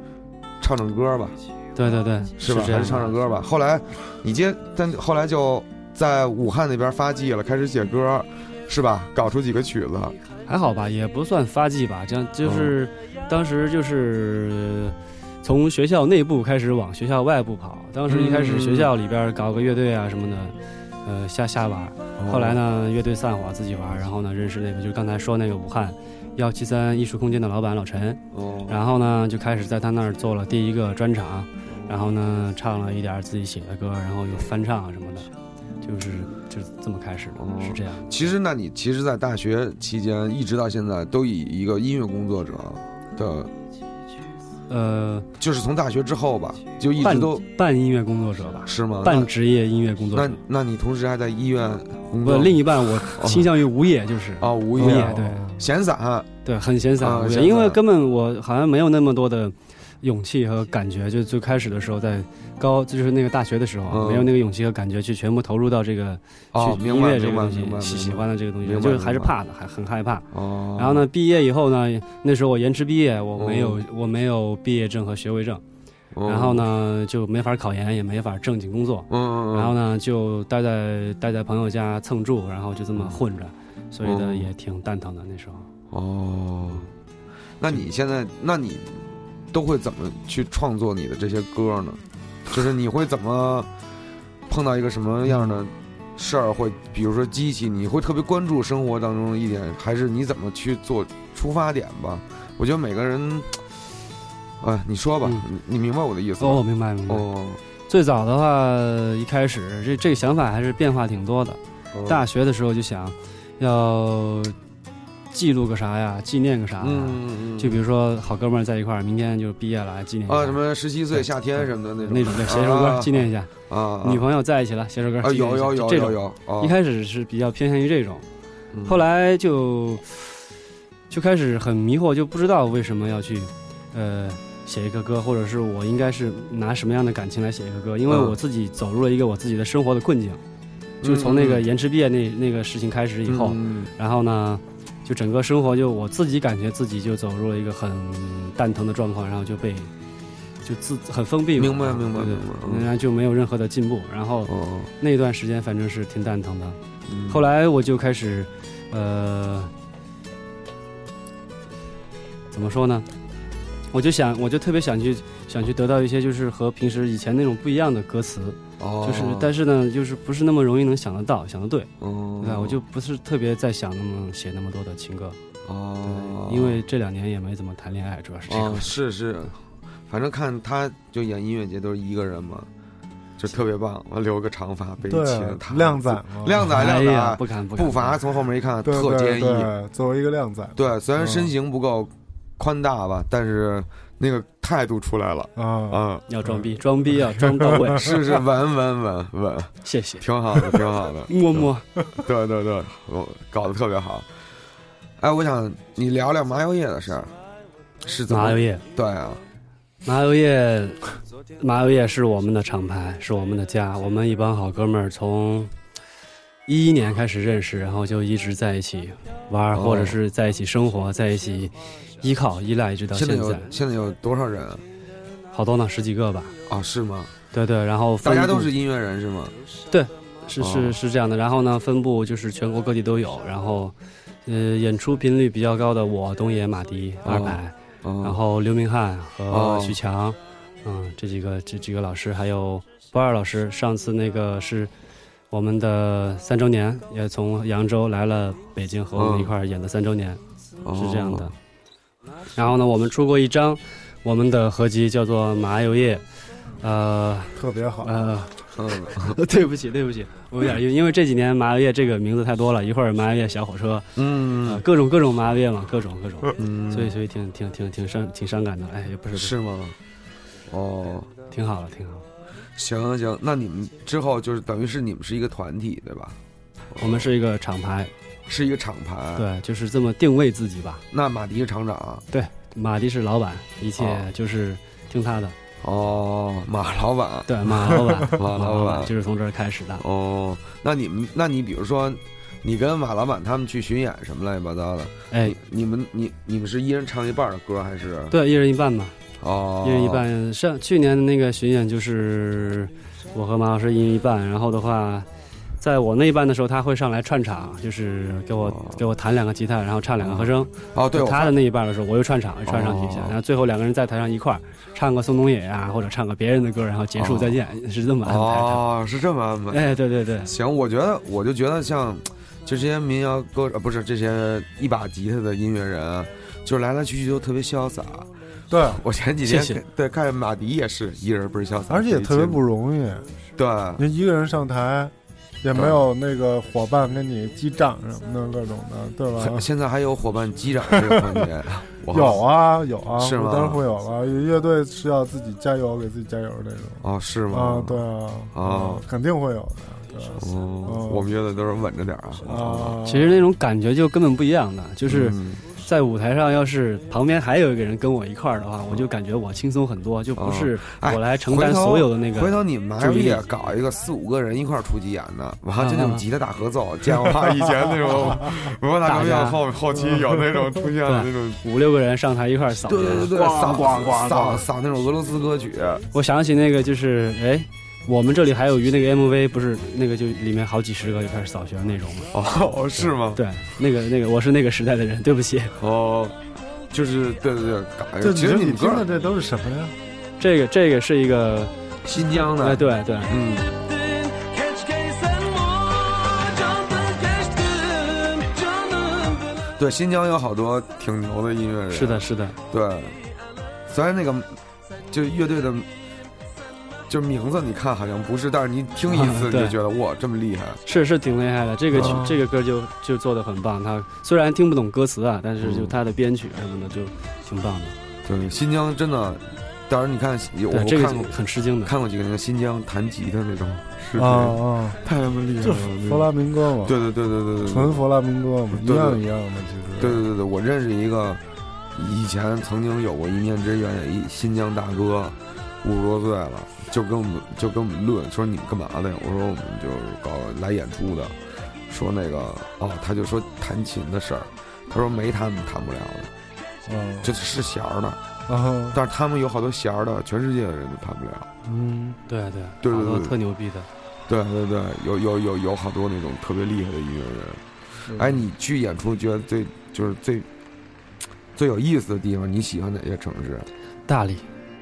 [SPEAKER 2] 唱唱歌吧，
[SPEAKER 5] 对对对，
[SPEAKER 2] 是吧？还
[SPEAKER 5] 这样
[SPEAKER 2] 是唱
[SPEAKER 5] 的
[SPEAKER 2] 唱歌吧。后来你接，但后来就在武汉那边发迹了，开始写歌，是吧？搞出几个曲子，
[SPEAKER 5] 还好吧，也不算发迹吧，这样
[SPEAKER 2] 哦
[SPEAKER 5] 就是、当时就是呃从学校内部开始往学校外部跑。当时一开始
[SPEAKER 2] 嗯
[SPEAKER 5] 学校里边搞个乐队啊什么的，呃瞎瞎玩儿。
[SPEAKER 2] 哦
[SPEAKER 5] 后来呢，乐队散伙自己玩儿，然后呢认识那个就刚才说那个武汉幺七三艺术空间的老板老陈，
[SPEAKER 2] 哦，
[SPEAKER 5] 然后呢就开始在他那儿做了第一个专场，然后呢唱了一点儿自己写的歌，然后又翻唱啊什么的，就是就是这么开始的，
[SPEAKER 2] 哦
[SPEAKER 5] 是这样。
[SPEAKER 2] 其实，那你其实，在大学期间一直到现在，都以一个音乐工作者的，
[SPEAKER 5] 呃，
[SPEAKER 2] 就是从大学之后吧，就一直
[SPEAKER 5] 半
[SPEAKER 2] 都
[SPEAKER 5] 半音乐工作者吧。
[SPEAKER 2] 是吗？
[SPEAKER 5] 半职业音乐工作
[SPEAKER 2] 那
[SPEAKER 5] 者
[SPEAKER 2] 那。那你同时还在医院工
[SPEAKER 5] 不
[SPEAKER 2] 作，，
[SPEAKER 5] 另一半我
[SPEAKER 2] 哦
[SPEAKER 5] 倾向于无业，就是
[SPEAKER 2] 啊无
[SPEAKER 5] 无业
[SPEAKER 2] 业，
[SPEAKER 5] 对
[SPEAKER 2] 闲散，
[SPEAKER 5] 对，很闲
[SPEAKER 2] 啊
[SPEAKER 5] 散无
[SPEAKER 2] 闲
[SPEAKER 5] 业，
[SPEAKER 2] 散
[SPEAKER 5] 因为根本我好像没有那么多的勇气和感觉，就最开始的时候在高就是那个大学的时候，
[SPEAKER 2] 嗯
[SPEAKER 5] 没有那个勇气和感觉去全部投入到这个
[SPEAKER 2] 哦，
[SPEAKER 5] 去
[SPEAKER 2] 明
[SPEAKER 5] 音
[SPEAKER 2] 白
[SPEAKER 5] 乐这
[SPEAKER 2] 明
[SPEAKER 5] 个
[SPEAKER 2] 白
[SPEAKER 5] 东
[SPEAKER 2] 明白，
[SPEAKER 5] 西喜喜
[SPEAKER 2] 明白
[SPEAKER 5] 欢的这个东西，
[SPEAKER 2] 明白
[SPEAKER 5] 就是还是
[SPEAKER 2] 明白
[SPEAKER 5] 怕的，还很害怕。
[SPEAKER 2] 哦。
[SPEAKER 5] 然后呢，毕业以后呢，那时候我延迟毕业，我没有
[SPEAKER 2] 嗯
[SPEAKER 5] 我没有毕业证和学位证，
[SPEAKER 2] 嗯，
[SPEAKER 5] 然后呢就没法考研，也没法正经工作，
[SPEAKER 2] 嗯，嗯嗯，
[SPEAKER 5] 然后呢就待在待在朋友家蹭住，然后就这么混着，所以呢
[SPEAKER 2] 嗯
[SPEAKER 5] 也挺蛋疼的那时候。
[SPEAKER 2] 哦，那你现在，那你都会怎么去创作你的这些歌呢？就是你会怎么碰到一个什么样的嗯事儿，会比如说激起你会特别关注生活当中的一点，还是你怎么去做出发点吧？我觉得每个人，哎，你说吧，
[SPEAKER 5] 嗯
[SPEAKER 2] 你你明白我的意思
[SPEAKER 5] 哦，
[SPEAKER 2] 吗？
[SPEAKER 5] 明白明白。
[SPEAKER 2] 哦，
[SPEAKER 5] 最早的话，一开始这这个想法还是变化挺多的。
[SPEAKER 2] 哦
[SPEAKER 5] 大学的时候就想要记录个啥呀，纪念个啥呀。
[SPEAKER 2] 嗯嗯嗯，
[SPEAKER 5] 就比如说好哥们儿在一块儿，明天就毕业了，纪念一下
[SPEAKER 2] 啊什么十七岁夏天什么的那种
[SPEAKER 5] 那种对，写首歌纪念一下。
[SPEAKER 2] 啊啊，
[SPEAKER 5] 女朋友在一起了，写首歌
[SPEAKER 2] 啊
[SPEAKER 5] 纪念一
[SPEAKER 2] 有
[SPEAKER 5] 下
[SPEAKER 2] 有
[SPEAKER 5] 就
[SPEAKER 2] 有
[SPEAKER 5] 这
[SPEAKER 2] 有
[SPEAKER 5] 种。
[SPEAKER 2] 有，啊
[SPEAKER 5] 一开始是比较偏向于这种，
[SPEAKER 2] 嗯
[SPEAKER 5] 后来就就开始很迷惑，就不知道为什么要去呃写一个歌，或者是我应该是拿什么样的感情来写一个歌，因为
[SPEAKER 2] 嗯
[SPEAKER 5] 我自己走入了一个我自己的生活的困境，就从那个延迟毕业那那个事情开始以后，
[SPEAKER 2] 嗯
[SPEAKER 5] 然后呢。就整个生活，就我自己感觉自己就走入了一个很蛋疼的状况，然后就被就自很封闭嘛，
[SPEAKER 2] 明白明白
[SPEAKER 5] 对
[SPEAKER 2] 明白
[SPEAKER 5] 对
[SPEAKER 2] 嗯
[SPEAKER 5] 然后就没有任何的进步，然后
[SPEAKER 2] 哦，
[SPEAKER 5] 那段时间反正是挺蛋疼的，
[SPEAKER 2] 嗯
[SPEAKER 5] 后来我就开始，呃，怎么说呢？我就想，我就特别想去，想去得到一些就是和平时以前那种不一样的歌词，
[SPEAKER 2] 哦，
[SPEAKER 5] 就是但是呢，就是不是那么容易能想得到，想得对，
[SPEAKER 2] 哦
[SPEAKER 5] 对吧？我就不是特别在想那么写那么多的情歌，
[SPEAKER 2] 哦，
[SPEAKER 5] 因为这两年也没怎么谈恋爱，主要是这个
[SPEAKER 2] 哦。是是，反正看他就演音乐节都是一个人嘛，就特别棒，完留个长发背
[SPEAKER 3] 对
[SPEAKER 2] 琴，他
[SPEAKER 3] 靓仔嘛，
[SPEAKER 2] 靓仔
[SPEAKER 5] 哎
[SPEAKER 2] 亮
[SPEAKER 5] 呀，
[SPEAKER 2] 仔，
[SPEAKER 5] 不敢不敢，
[SPEAKER 2] 步伐从后面一看
[SPEAKER 3] 对
[SPEAKER 2] 特
[SPEAKER 3] 对
[SPEAKER 2] 坚毅，
[SPEAKER 3] 对，嗯作为一个靓仔
[SPEAKER 2] 对，虽然身形不够宽大吧，但是那个态度出来了，
[SPEAKER 3] 啊，
[SPEAKER 2] 嗯，，
[SPEAKER 5] 要装逼，装逼要装到位
[SPEAKER 2] 是是稳稳稳稳，
[SPEAKER 5] 谢谢，
[SPEAKER 2] 挺好的，挺好的。
[SPEAKER 5] 么么。
[SPEAKER 2] 对对对，我搞得特别好。哎，我想你聊聊麻油叶的事儿，是怎么？
[SPEAKER 5] 麻油叶，
[SPEAKER 2] 对啊，
[SPEAKER 5] 麻油叶，麻油叶是我们的厂牌，是我们的家。我们一帮好哥们儿从一一年开始认识，然后就一直在一起玩儿，
[SPEAKER 2] 哦
[SPEAKER 5] 或者是在一起生活，在一起依靠、依赖，一直到
[SPEAKER 2] 现
[SPEAKER 5] 现
[SPEAKER 2] 在
[SPEAKER 5] 在，
[SPEAKER 2] 有现在有多少人啊？
[SPEAKER 5] 好多呢，十几个吧。
[SPEAKER 2] 啊是吗？
[SPEAKER 5] 对对，然后
[SPEAKER 2] 大
[SPEAKER 5] 分
[SPEAKER 2] 家都
[SPEAKER 5] 布
[SPEAKER 2] 是音乐人是吗？
[SPEAKER 5] 是
[SPEAKER 2] 哦
[SPEAKER 5] 是是这样的。然后呢，分布就是全国各地都有。然后，呃，演出频率比较高的我东野、马迪、
[SPEAKER 2] 哦
[SPEAKER 5] 二百，
[SPEAKER 2] 哦
[SPEAKER 5] 然后刘明翰
[SPEAKER 2] 哦
[SPEAKER 5] 和许强，嗯，这几个这几个老师，还有包二老师，上次那个是我们的三周年，也从扬州来了北京和我们一块儿演的三周年，
[SPEAKER 2] 哦
[SPEAKER 5] 是这样的。。然后呢，我们出过一张我们的合集，叫做《麻油叶》。呃
[SPEAKER 3] 特别好，
[SPEAKER 5] 呃，
[SPEAKER 2] 嗯，
[SPEAKER 5] 对不起，对不起，我有点晕，因为这几年麻油叶这个名字太多了，一会儿麻油叶小火车，呃，
[SPEAKER 2] 嗯
[SPEAKER 5] 各种各种麻油叶嘛，各种各种，
[SPEAKER 2] 嗯，
[SPEAKER 5] 所以所以挺挺挺挺伤挺伤感的，哎，也不是不是
[SPEAKER 2] 是吗？哦，
[SPEAKER 5] 挺好的，挺好的。
[SPEAKER 2] 行行，那你们之后就是等于是你们是一个团体对吧？
[SPEAKER 5] 我们是一个厂牌，
[SPEAKER 2] 是一个厂牌。，
[SPEAKER 5] 对，就是这么定位自己吧。
[SPEAKER 2] 那马迪是厂长
[SPEAKER 5] 马迪是老板，一切
[SPEAKER 2] 哦
[SPEAKER 5] 就是听他的。
[SPEAKER 2] 哦，马老板，
[SPEAKER 5] 对，马老板，
[SPEAKER 2] 马老板
[SPEAKER 5] 就是从这儿开始的。
[SPEAKER 2] 哦，那你们，那你比如说，你跟马老板他们去巡演什么乱七八糟的，
[SPEAKER 5] 哎，
[SPEAKER 2] 你你们你你们是一人唱一半的歌还是？
[SPEAKER 5] 对，一人一半嘛。
[SPEAKER 2] 哦，
[SPEAKER 5] 一人一半。上去年的那个巡演就是我和马老师一人一半，然后的话，在我那一半的时候，他会上来串场，就是给我、
[SPEAKER 2] 哦
[SPEAKER 5] 给我弹两个吉他，然后唱两个和声。
[SPEAKER 2] 哦，对，
[SPEAKER 5] 就
[SPEAKER 2] 我
[SPEAKER 5] 他的那一半的时候，我又串场，又串上
[SPEAKER 2] 哦
[SPEAKER 5] 几下，然后最后两个人在台上一块儿唱个宋冬野啊，或者唱个别人的歌，然后结束再见， 是这么安排
[SPEAKER 2] 哦，是这么安排
[SPEAKER 5] 的。。哎，对对对，
[SPEAKER 2] 行，我觉得我就觉得像这些民谣歌呃不是这些一把吉他的音乐人，啊就是来来去去都特别潇洒。
[SPEAKER 3] 对，
[SPEAKER 2] 我前几天
[SPEAKER 5] 谢谢
[SPEAKER 2] 对看马迪也是一人倍儿潇洒，
[SPEAKER 3] 而且也特别不
[SPEAKER 2] 容
[SPEAKER 3] 容易，
[SPEAKER 2] 对。
[SPEAKER 3] 您一个人上台，也没有那个伙伴跟你击掌什么的各种的，对吧
[SPEAKER 2] 很？现在还有伙伴击掌这个环 节，哇
[SPEAKER 3] 有啊有啊，
[SPEAKER 2] 是吗
[SPEAKER 3] 当然会有了。乐队是要自己加油，给自己加油那种
[SPEAKER 2] 哦，是吗？
[SPEAKER 3] 啊，对啊，
[SPEAKER 2] 哦
[SPEAKER 3] 嗯肯定会有的，对吧
[SPEAKER 2] 哦，
[SPEAKER 3] 嗯
[SPEAKER 2] 我们乐队都是稳着点儿啊。
[SPEAKER 3] 啊，
[SPEAKER 5] 其实那种感觉就根本不一样的，就是
[SPEAKER 2] 嗯
[SPEAKER 5] 在舞台上，要是旁边还有一个人跟我一块儿的话，我就感觉我轻松很多，就不是
[SPEAKER 2] 哎
[SPEAKER 5] 我来承担所有的那
[SPEAKER 2] 回
[SPEAKER 5] 个。
[SPEAKER 2] 头你们还不
[SPEAKER 5] 注意力
[SPEAKER 2] 也搞一个四五个人一块儿出去演呢？完了
[SPEAKER 5] 啊
[SPEAKER 2] 就那种吉他大合 奏，见过吧？以前那种文化大革
[SPEAKER 5] 大
[SPEAKER 2] 命
[SPEAKER 5] 家
[SPEAKER 2] 后后期有那种出现的那种，
[SPEAKER 5] 五六个人上台一块儿扫
[SPEAKER 2] 对对对
[SPEAKER 5] 街，
[SPEAKER 2] 对，
[SPEAKER 3] 咣
[SPEAKER 2] 扫
[SPEAKER 3] 咣咣
[SPEAKER 2] 扫扫那种俄罗斯歌曲，
[SPEAKER 5] 我想起那个就是，哎，我们这里还有鱼那个 MV，不是那个就里面好几十个就开始扫弦那种吗？
[SPEAKER 2] 哦，是吗？
[SPEAKER 5] 对，那个那个我是那个时代的人，对不起，
[SPEAKER 2] 哦，就是对对对，搞一
[SPEAKER 3] 就
[SPEAKER 2] 个。
[SPEAKER 3] 你
[SPEAKER 2] 其
[SPEAKER 3] 说
[SPEAKER 2] 实
[SPEAKER 3] 你
[SPEAKER 2] 们歌
[SPEAKER 3] 听
[SPEAKER 2] 儿
[SPEAKER 3] 的这都是什么呀？
[SPEAKER 5] 这个这个是一个，
[SPEAKER 2] 新疆
[SPEAKER 5] 哎，
[SPEAKER 2] 的，，
[SPEAKER 5] 对对，
[SPEAKER 2] 嗯，对，新疆有好多挺牛的音乐人，
[SPEAKER 5] 是的，是的，
[SPEAKER 2] 对，虽然那个就乐队的，就名字你看好像不是，但是你听一次
[SPEAKER 5] 啊
[SPEAKER 2] 你
[SPEAKER 5] 对
[SPEAKER 2] 就觉得哇这么厉害，
[SPEAKER 5] 是是挺厉害的。这个曲、
[SPEAKER 3] 哦
[SPEAKER 5] 这个歌就就做的很棒，他虽然听不懂歌词啊，但是
[SPEAKER 2] 嗯
[SPEAKER 5] 就他的编曲什么的就挺棒的。
[SPEAKER 2] 对，新疆真的，当然你看有
[SPEAKER 5] 对，
[SPEAKER 2] 我
[SPEAKER 5] 这个
[SPEAKER 2] 看
[SPEAKER 5] 就
[SPEAKER 2] 过
[SPEAKER 5] 很吃惊的。
[SPEAKER 2] 看过几个那个新疆弹吉他那种视频，
[SPEAKER 3] 啊啊，
[SPEAKER 2] 太他妈厉害
[SPEAKER 3] 就
[SPEAKER 2] 了，
[SPEAKER 3] 弗拉明戈嘛，
[SPEAKER 2] 对对对对对对，对
[SPEAKER 3] 纯弗拉明戈嘛，一
[SPEAKER 2] 对
[SPEAKER 3] 样
[SPEAKER 2] 对
[SPEAKER 3] 一样的，其实
[SPEAKER 2] 对对对对，我认识一个以前曾经有过一面之缘的一新疆大哥，五十多岁了，就跟我们就跟我们论说你们干嘛的呀？我说我们就是搞来演出的，说那个哦，他就说弹琴的事儿，他说没他们弹不了的，
[SPEAKER 3] 嗯，
[SPEAKER 2] 这是弦儿的，
[SPEAKER 3] 然后
[SPEAKER 2] 但是他们有好多弦儿的，全世界的人都弹不了。
[SPEAKER 3] 嗯，
[SPEAKER 5] 对对，
[SPEAKER 2] 对对
[SPEAKER 5] 好多
[SPEAKER 2] 对
[SPEAKER 5] 特牛逼的。
[SPEAKER 2] 对对对，有有有有好多那种特别厉害的音乐人。
[SPEAKER 5] 嗯
[SPEAKER 2] 哎，你去演出觉得最就是最最有意思的地方，你喜欢哪些城市？
[SPEAKER 5] 大理，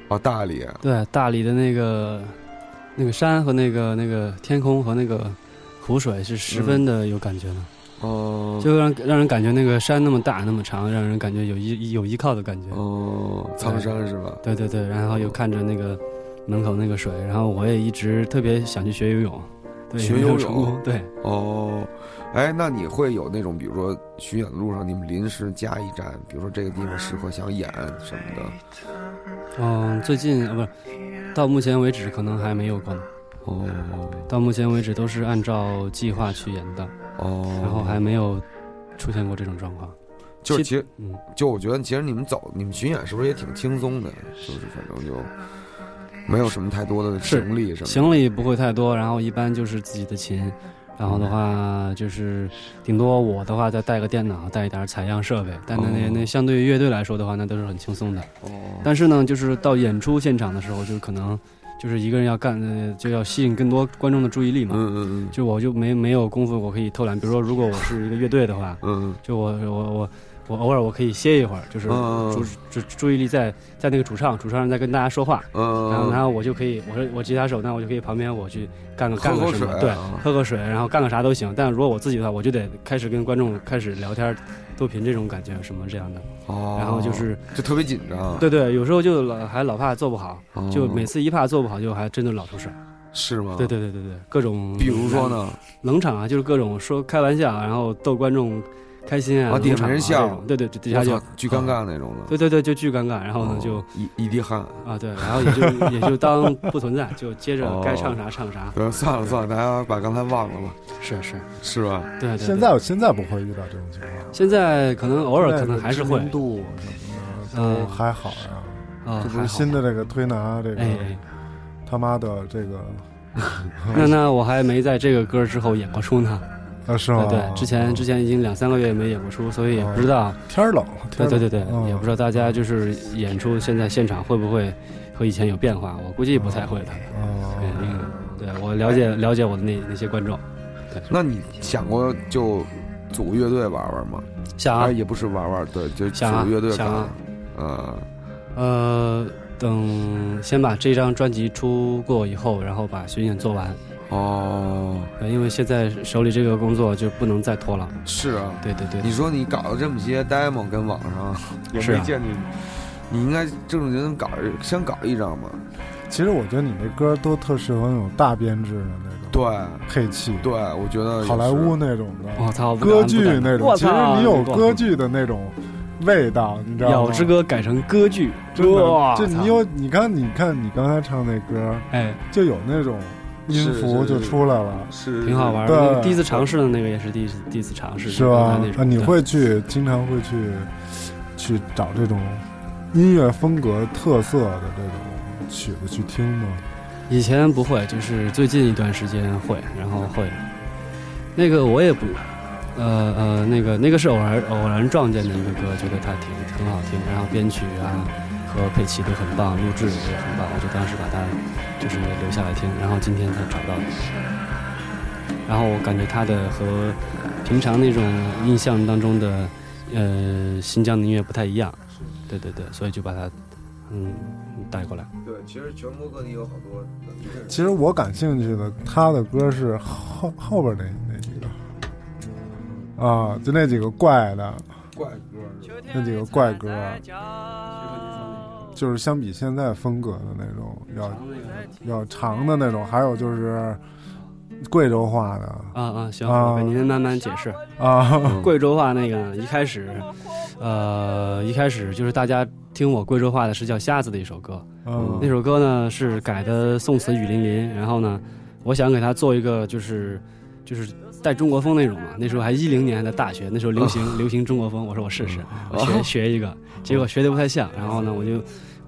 [SPEAKER 2] 哦，大理。
[SPEAKER 5] 对大理的那个那个山和那个那个天空和那个湖水是十
[SPEAKER 2] 嗯
[SPEAKER 5] 分的有感觉的，
[SPEAKER 2] 哦，
[SPEAKER 5] 就让让人感觉那个山那么大那么长，让人感觉有依有依靠的感觉。
[SPEAKER 2] 哦，苍山是吧？
[SPEAKER 5] 对对对，然后又看着那个门口那个水，然后我也一直特别想去学游泳，对，
[SPEAKER 2] 学
[SPEAKER 5] 也没有
[SPEAKER 2] 游
[SPEAKER 5] 成功
[SPEAKER 2] 泳
[SPEAKER 5] 对，
[SPEAKER 2] 哦，哎，那你会有那种，比如说巡演的路上，你们临时加一站，比如说这个地方适合想演什么的。哦
[SPEAKER 5] 嗯，最近啊不是，到目前为止可能还没有过呢，
[SPEAKER 2] 哦
[SPEAKER 5] 到目前为止都是按照计划去演的，
[SPEAKER 2] 哦，
[SPEAKER 5] 然后还没有出现过这种状况。
[SPEAKER 2] 就是其实
[SPEAKER 5] 嗯，
[SPEAKER 2] 就我觉得，其实你们走你们巡演是不是也挺轻松的？就是反正就没有什么太多的
[SPEAKER 5] 是
[SPEAKER 2] 行李什么的。
[SPEAKER 5] 行李不会太多，然后一般就是自己的琴，然后的
[SPEAKER 2] 嗯
[SPEAKER 5] 话就是顶多我的话再带个电脑，带一点采样设备，但那那
[SPEAKER 2] 哦
[SPEAKER 5] 那相对于乐队来说的话，那都是很轻松的。
[SPEAKER 2] 哦，
[SPEAKER 5] 但是呢，就是到演出现场的时候，就是可能就是一个人要干，呃就要吸引更多观众的注意力嘛。
[SPEAKER 2] 嗯嗯嗯
[SPEAKER 5] 就我就没没有功夫，我可以偷懒。比如说，如果我是一个乐队的话，
[SPEAKER 2] 嗯
[SPEAKER 5] 就我我我我偶尔我可以歇一会儿，就是
[SPEAKER 2] 嗯
[SPEAKER 5] 注注注意力在在那个主唱，主唱在跟大家说话，
[SPEAKER 2] 嗯，
[SPEAKER 5] 然后然后我就可以，我说我吉他手，那我就可以旁边我去干个
[SPEAKER 2] 喝
[SPEAKER 5] 干
[SPEAKER 2] 口
[SPEAKER 5] 个什
[SPEAKER 2] 水
[SPEAKER 5] 么，对，
[SPEAKER 2] 啊
[SPEAKER 5] 喝个水，然后干个啥都行。但如果我自己的话，我就得开始跟观众开始聊天，多频这种感觉什么这样的。
[SPEAKER 2] 哦，
[SPEAKER 5] 然后就是
[SPEAKER 2] 就特别紧张，
[SPEAKER 5] 对对，有时候就老还老怕做不好，
[SPEAKER 2] 哦，
[SPEAKER 5] 就每次一怕做不好，就还真的老出事儿。
[SPEAKER 2] 是吗？
[SPEAKER 5] 对。对对对对，各种
[SPEAKER 2] 比如说呢？
[SPEAKER 5] 冷场啊，就是各种说开玩笑，啊然后逗观众开心啊，
[SPEAKER 2] 啊底下
[SPEAKER 5] 冷场
[SPEAKER 2] 没人笑
[SPEAKER 5] 这种对对，对底
[SPEAKER 2] 我
[SPEAKER 5] 下就
[SPEAKER 2] 操巨尴尬那种的。
[SPEAKER 5] 对对对，就巨尴尬。然后呢，
[SPEAKER 2] 哦
[SPEAKER 5] 就
[SPEAKER 2] 一一滴汗。
[SPEAKER 5] 啊对，然后 也就也就当不存在，就接着
[SPEAKER 2] 哦
[SPEAKER 5] 该唱啥唱啥。
[SPEAKER 2] 对，呃算了算了，大家把刚才忘了吧，
[SPEAKER 5] 是是，
[SPEAKER 2] 是吧？
[SPEAKER 5] 对对。对
[SPEAKER 3] 现在我现在不会遇到这种情况，
[SPEAKER 5] 现在可能偶尔可能还是
[SPEAKER 3] 现在这个
[SPEAKER 5] 会
[SPEAKER 3] 知名度什么的都
[SPEAKER 5] 嗯
[SPEAKER 3] 还好呀。
[SPEAKER 5] 啊，
[SPEAKER 3] 这不是
[SPEAKER 5] 还好
[SPEAKER 3] 新的这个推拿这个
[SPEAKER 5] 哎，哎
[SPEAKER 3] 他妈的这个
[SPEAKER 5] 那那我还没在这个歌之后演过出呢。
[SPEAKER 3] 啊，是
[SPEAKER 5] 啊
[SPEAKER 2] 哦
[SPEAKER 3] 吗？
[SPEAKER 5] 对，之前之前已经两三个月没演过出，所以也不知道，啊
[SPEAKER 3] 天儿冷了，天
[SPEAKER 5] 对
[SPEAKER 3] 儿
[SPEAKER 5] 对
[SPEAKER 3] 冷
[SPEAKER 5] 对对，
[SPEAKER 3] 嗯
[SPEAKER 5] 也不知道大家就是演出现在现场会不会和以前有变化，我估
[SPEAKER 3] 嗯
[SPEAKER 5] 计不太会的。对，
[SPEAKER 3] 哦
[SPEAKER 5] 因为对我了解了解我的那那些观众，
[SPEAKER 2] 那你想过就组乐队玩玩吗？
[SPEAKER 5] 想啊
[SPEAKER 2] 哎也不是玩玩，对，就组
[SPEAKER 5] 想啊
[SPEAKER 2] 乐队
[SPEAKER 5] 想啊
[SPEAKER 2] 搞呃，
[SPEAKER 5] 呃，等先把这张专辑出过以后，然后把巡演做完。
[SPEAKER 2] 哦，
[SPEAKER 5] 对，因为现在手里这个工作就不能再拖了。
[SPEAKER 2] 是啊。
[SPEAKER 5] 对对对，
[SPEAKER 3] 嗯
[SPEAKER 2] 你说你搞了这么些 demo 跟网上也
[SPEAKER 5] 是啊
[SPEAKER 2] 没见你，你应该正正经经搞一先搞一张嘛。
[SPEAKER 3] 其实我觉得你那歌都特适合那种大编制的那种
[SPEAKER 2] 对
[SPEAKER 3] 配器，
[SPEAKER 2] 对，我觉得也是
[SPEAKER 3] 好莱坞那种
[SPEAKER 5] 我
[SPEAKER 3] 的
[SPEAKER 5] 操，不敢
[SPEAKER 3] 歌剧
[SPEAKER 5] 不敢
[SPEAKER 3] 那种
[SPEAKER 5] 我，
[SPEAKER 3] 其实
[SPEAKER 5] 操，
[SPEAKER 3] 你有
[SPEAKER 5] 不
[SPEAKER 3] 歌剧的那种味道，你知道
[SPEAKER 5] 咬
[SPEAKER 3] 吗？
[SPEAKER 5] 之歌改成歌剧，
[SPEAKER 3] 真的，
[SPEAKER 5] 哇
[SPEAKER 3] 就
[SPEAKER 5] 操
[SPEAKER 3] 你有你看你看你刚才唱那歌，
[SPEAKER 5] 哎，
[SPEAKER 3] 就有那种音
[SPEAKER 2] 是
[SPEAKER 3] 符
[SPEAKER 2] 是
[SPEAKER 3] 就是出来了。
[SPEAKER 2] 是
[SPEAKER 5] 挺好玩
[SPEAKER 3] 对
[SPEAKER 5] 的。第一次尝试的那个也是第一次第一次尝试，
[SPEAKER 3] 是
[SPEAKER 5] 就刚
[SPEAKER 3] 吧
[SPEAKER 5] 才那？种
[SPEAKER 3] 啊，你
[SPEAKER 5] 对
[SPEAKER 3] 会去经常会去去找这种音乐风格特色的这种曲子去听吗？
[SPEAKER 5] 以前不会，就是最近一段时间会，然后会。那个我也不，呃呃，那个那个是偶然偶然撞见的一个歌，觉得它挺很好听，然后编曲啊和配器都很棒，录制也很棒，我就当时把它就是留下来听，然后今天才找到。然后我感觉它的和平常那种印象当中的呃新疆的音乐不太一样，对对对，所以就把它嗯带过来。
[SPEAKER 2] 对，其实全国各地有好多。
[SPEAKER 3] 其实我感兴趣的他的歌是后后边那那几个啊，就那几个怪的
[SPEAKER 2] 怪歌
[SPEAKER 3] 那几个怪歌，就是相比现在风格的那种要要长的那种，还有就是贵州话的
[SPEAKER 5] 啊啊，行，
[SPEAKER 3] 啊
[SPEAKER 5] 我给您慢慢解释。
[SPEAKER 3] 啊，
[SPEAKER 5] 贵州话那个呢一开始，呃，一开始就是大家听我贵州话的是叫瞎子的一首歌，
[SPEAKER 3] 嗯
[SPEAKER 5] 那首歌呢是改的宋词《雨霖铃》，然后呢，我想给它做一个就是就是带中国风那种嘛。那时候还一零年的大学，那时候流行、流行中国风，我说我试试，我学学一个，结果学的不太像，然后呢我就。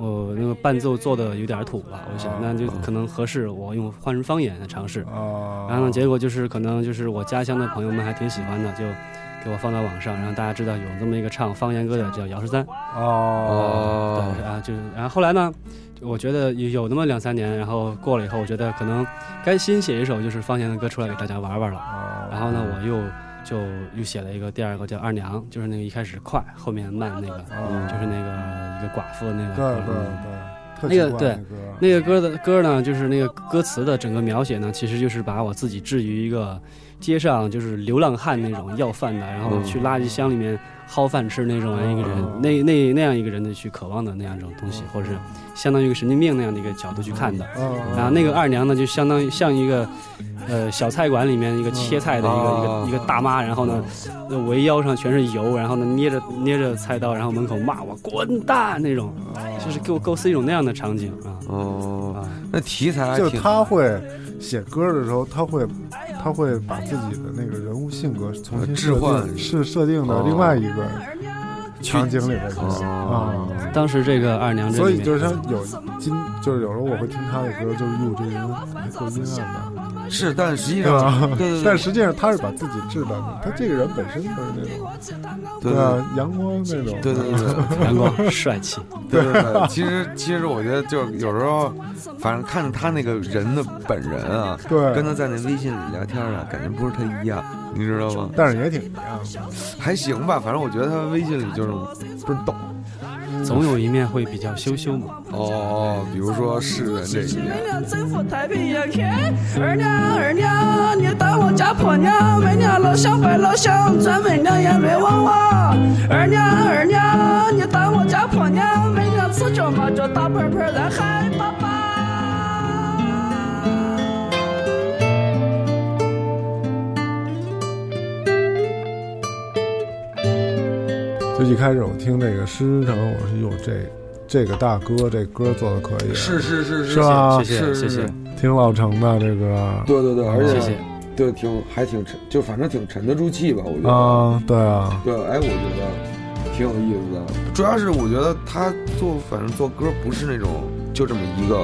[SPEAKER 5] 我那个伴奏做的有点土了，我想那就可能合适，我用换成方言来尝试。
[SPEAKER 3] 啊，
[SPEAKER 5] 然后呢，结果就是可能就是我家乡的朋友们还挺喜欢的，就给我放到网上，让大家知道有这么一个唱方言歌的叫姚十三。
[SPEAKER 3] 哦
[SPEAKER 2] 哦
[SPEAKER 5] 对，，啊，就是然后后来呢，我觉得有有那么两三年，然后过了以后，我觉得可能该新写一首就是方言的歌出来给大家玩玩了。然
[SPEAKER 2] 啊
[SPEAKER 5] 后
[SPEAKER 3] 哦
[SPEAKER 5] 呢，我又就又写了一个第二个叫二娘，就是那个一开始快后面慢那个，
[SPEAKER 3] 哦
[SPEAKER 5] 就是那个一个寡妇的那个。
[SPEAKER 3] 对对
[SPEAKER 5] 嗯
[SPEAKER 3] 对，特
[SPEAKER 5] 那个
[SPEAKER 3] 奇怪
[SPEAKER 5] 对
[SPEAKER 3] 那歌
[SPEAKER 5] 那个歌的歌呢，就是那个歌词的整个描写呢，其实就是把我自己置于一个街上就是流浪汉那种要饭的，然后去垃圾箱里面薅饭吃那种一个人，
[SPEAKER 3] 嗯
[SPEAKER 5] 那那那样一个人的去渴望的那样一种东西，或者是相当于一个神经病那样的一个角度去看的。
[SPEAKER 3] 嗯
[SPEAKER 5] 然后那个二娘呢，就相当于像一个，呃，小菜馆里面一个切菜的一个、
[SPEAKER 2] 啊
[SPEAKER 5] 一个一个大妈，然后呢，呃围腰上全是油，然后呢捏着捏着菜刀，然后门口骂我滚蛋那种，就是给我构思一种那样的场景啊
[SPEAKER 2] 哦，
[SPEAKER 5] 啊，
[SPEAKER 2] 那题材还
[SPEAKER 3] 就
[SPEAKER 2] 挺
[SPEAKER 3] 他会写歌的时候，他会他会把自己的那个人物性格重新
[SPEAKER 2] 置换
[SPEAKER 3] 设定是设定到另外一个场景里边去啊
[SPEAKER 2] 哦。
[SPEAKER 5] 当时这个二娘这
[SPEAKER 3] 所
[SPEAKER 5] 里
[SPEAKER 3] 以
[SPEAKER 5] 面
[SPEAKER 3] 就是像有今就是有时候我会听他的歌，就是哟这人还够阴暗啊的，
[SPEAKER 2] 是，但实际
[SPEAKER 3] 对吧
[SPEAKER 2] 上，对对对，
[SPEAKER 3] 但实际上他是把自己置到那，他这个人本身就是那种
[SPEAKER 2] 对对
[SPEAKER 3] 啊阳光那种，
[SPEAKER 2] 对对对对。
[SPEAKER 5] 阳光帅 气，
[SPEAKER 2] 对对对，其实其实我觉得就是有时候，反正看着他那个人的本人啊，
[SPEAKER 3] 对
[SPEAKER 2] 跟他在那微信里聊天啊，感觉不是他一样，你知道吗？
[SPEAKER 3] 但是也挺啊一样的。
[SPEAKER 2] 还行吧，反正我觉得他微信里就是不是懂
[SPEAKER 3] 嗯
[SPEAKER 5] 总有一面会比较羞羞嘛。
[SPEAKER 2] 哦哦，比如说世人这一
[SPEAKER 6] 明
[SPEAKER 2] 面，
[SPEAKER 6] 亮征服太平洋，看二娘二娘，你当我家婆娘，媚娘老乡白老乡，专门两眼泪汪汪。二娘二娘，你当我家婆娘，媚娘赤脚麻脚打盆盆，咱喊爸爸。
[SPEAKER 3] 就一开始我听这个师长，我是哟这这个大哥这歌做的可以，啊
[SPEAKER 2] 是是是
[SPEAKER 3] 是啊吧
[SPEAKER 5] 谢谢
[SPEAKER 2] 是
[SPEAKER 5] 谢
[SPEAKER 2] 是
[SPEAKER 5] 谢
[SPEAKER 2] 是，
[SPEAKER 3] 挺老成的这歌、
[SPEAKER 2] 对对对，而且
[SPEAKER 5] 谢谢。
[SPEAKER 2] 对挺还挺沉，就反正挺沉得住气吧，我觉得。
[SPEAKER 3] 啊，对啊，
[SPEAKER 2] 对，哎，我觉得挺有意思的。主要是我觉得他做，反正做歌不是那种就这么一个，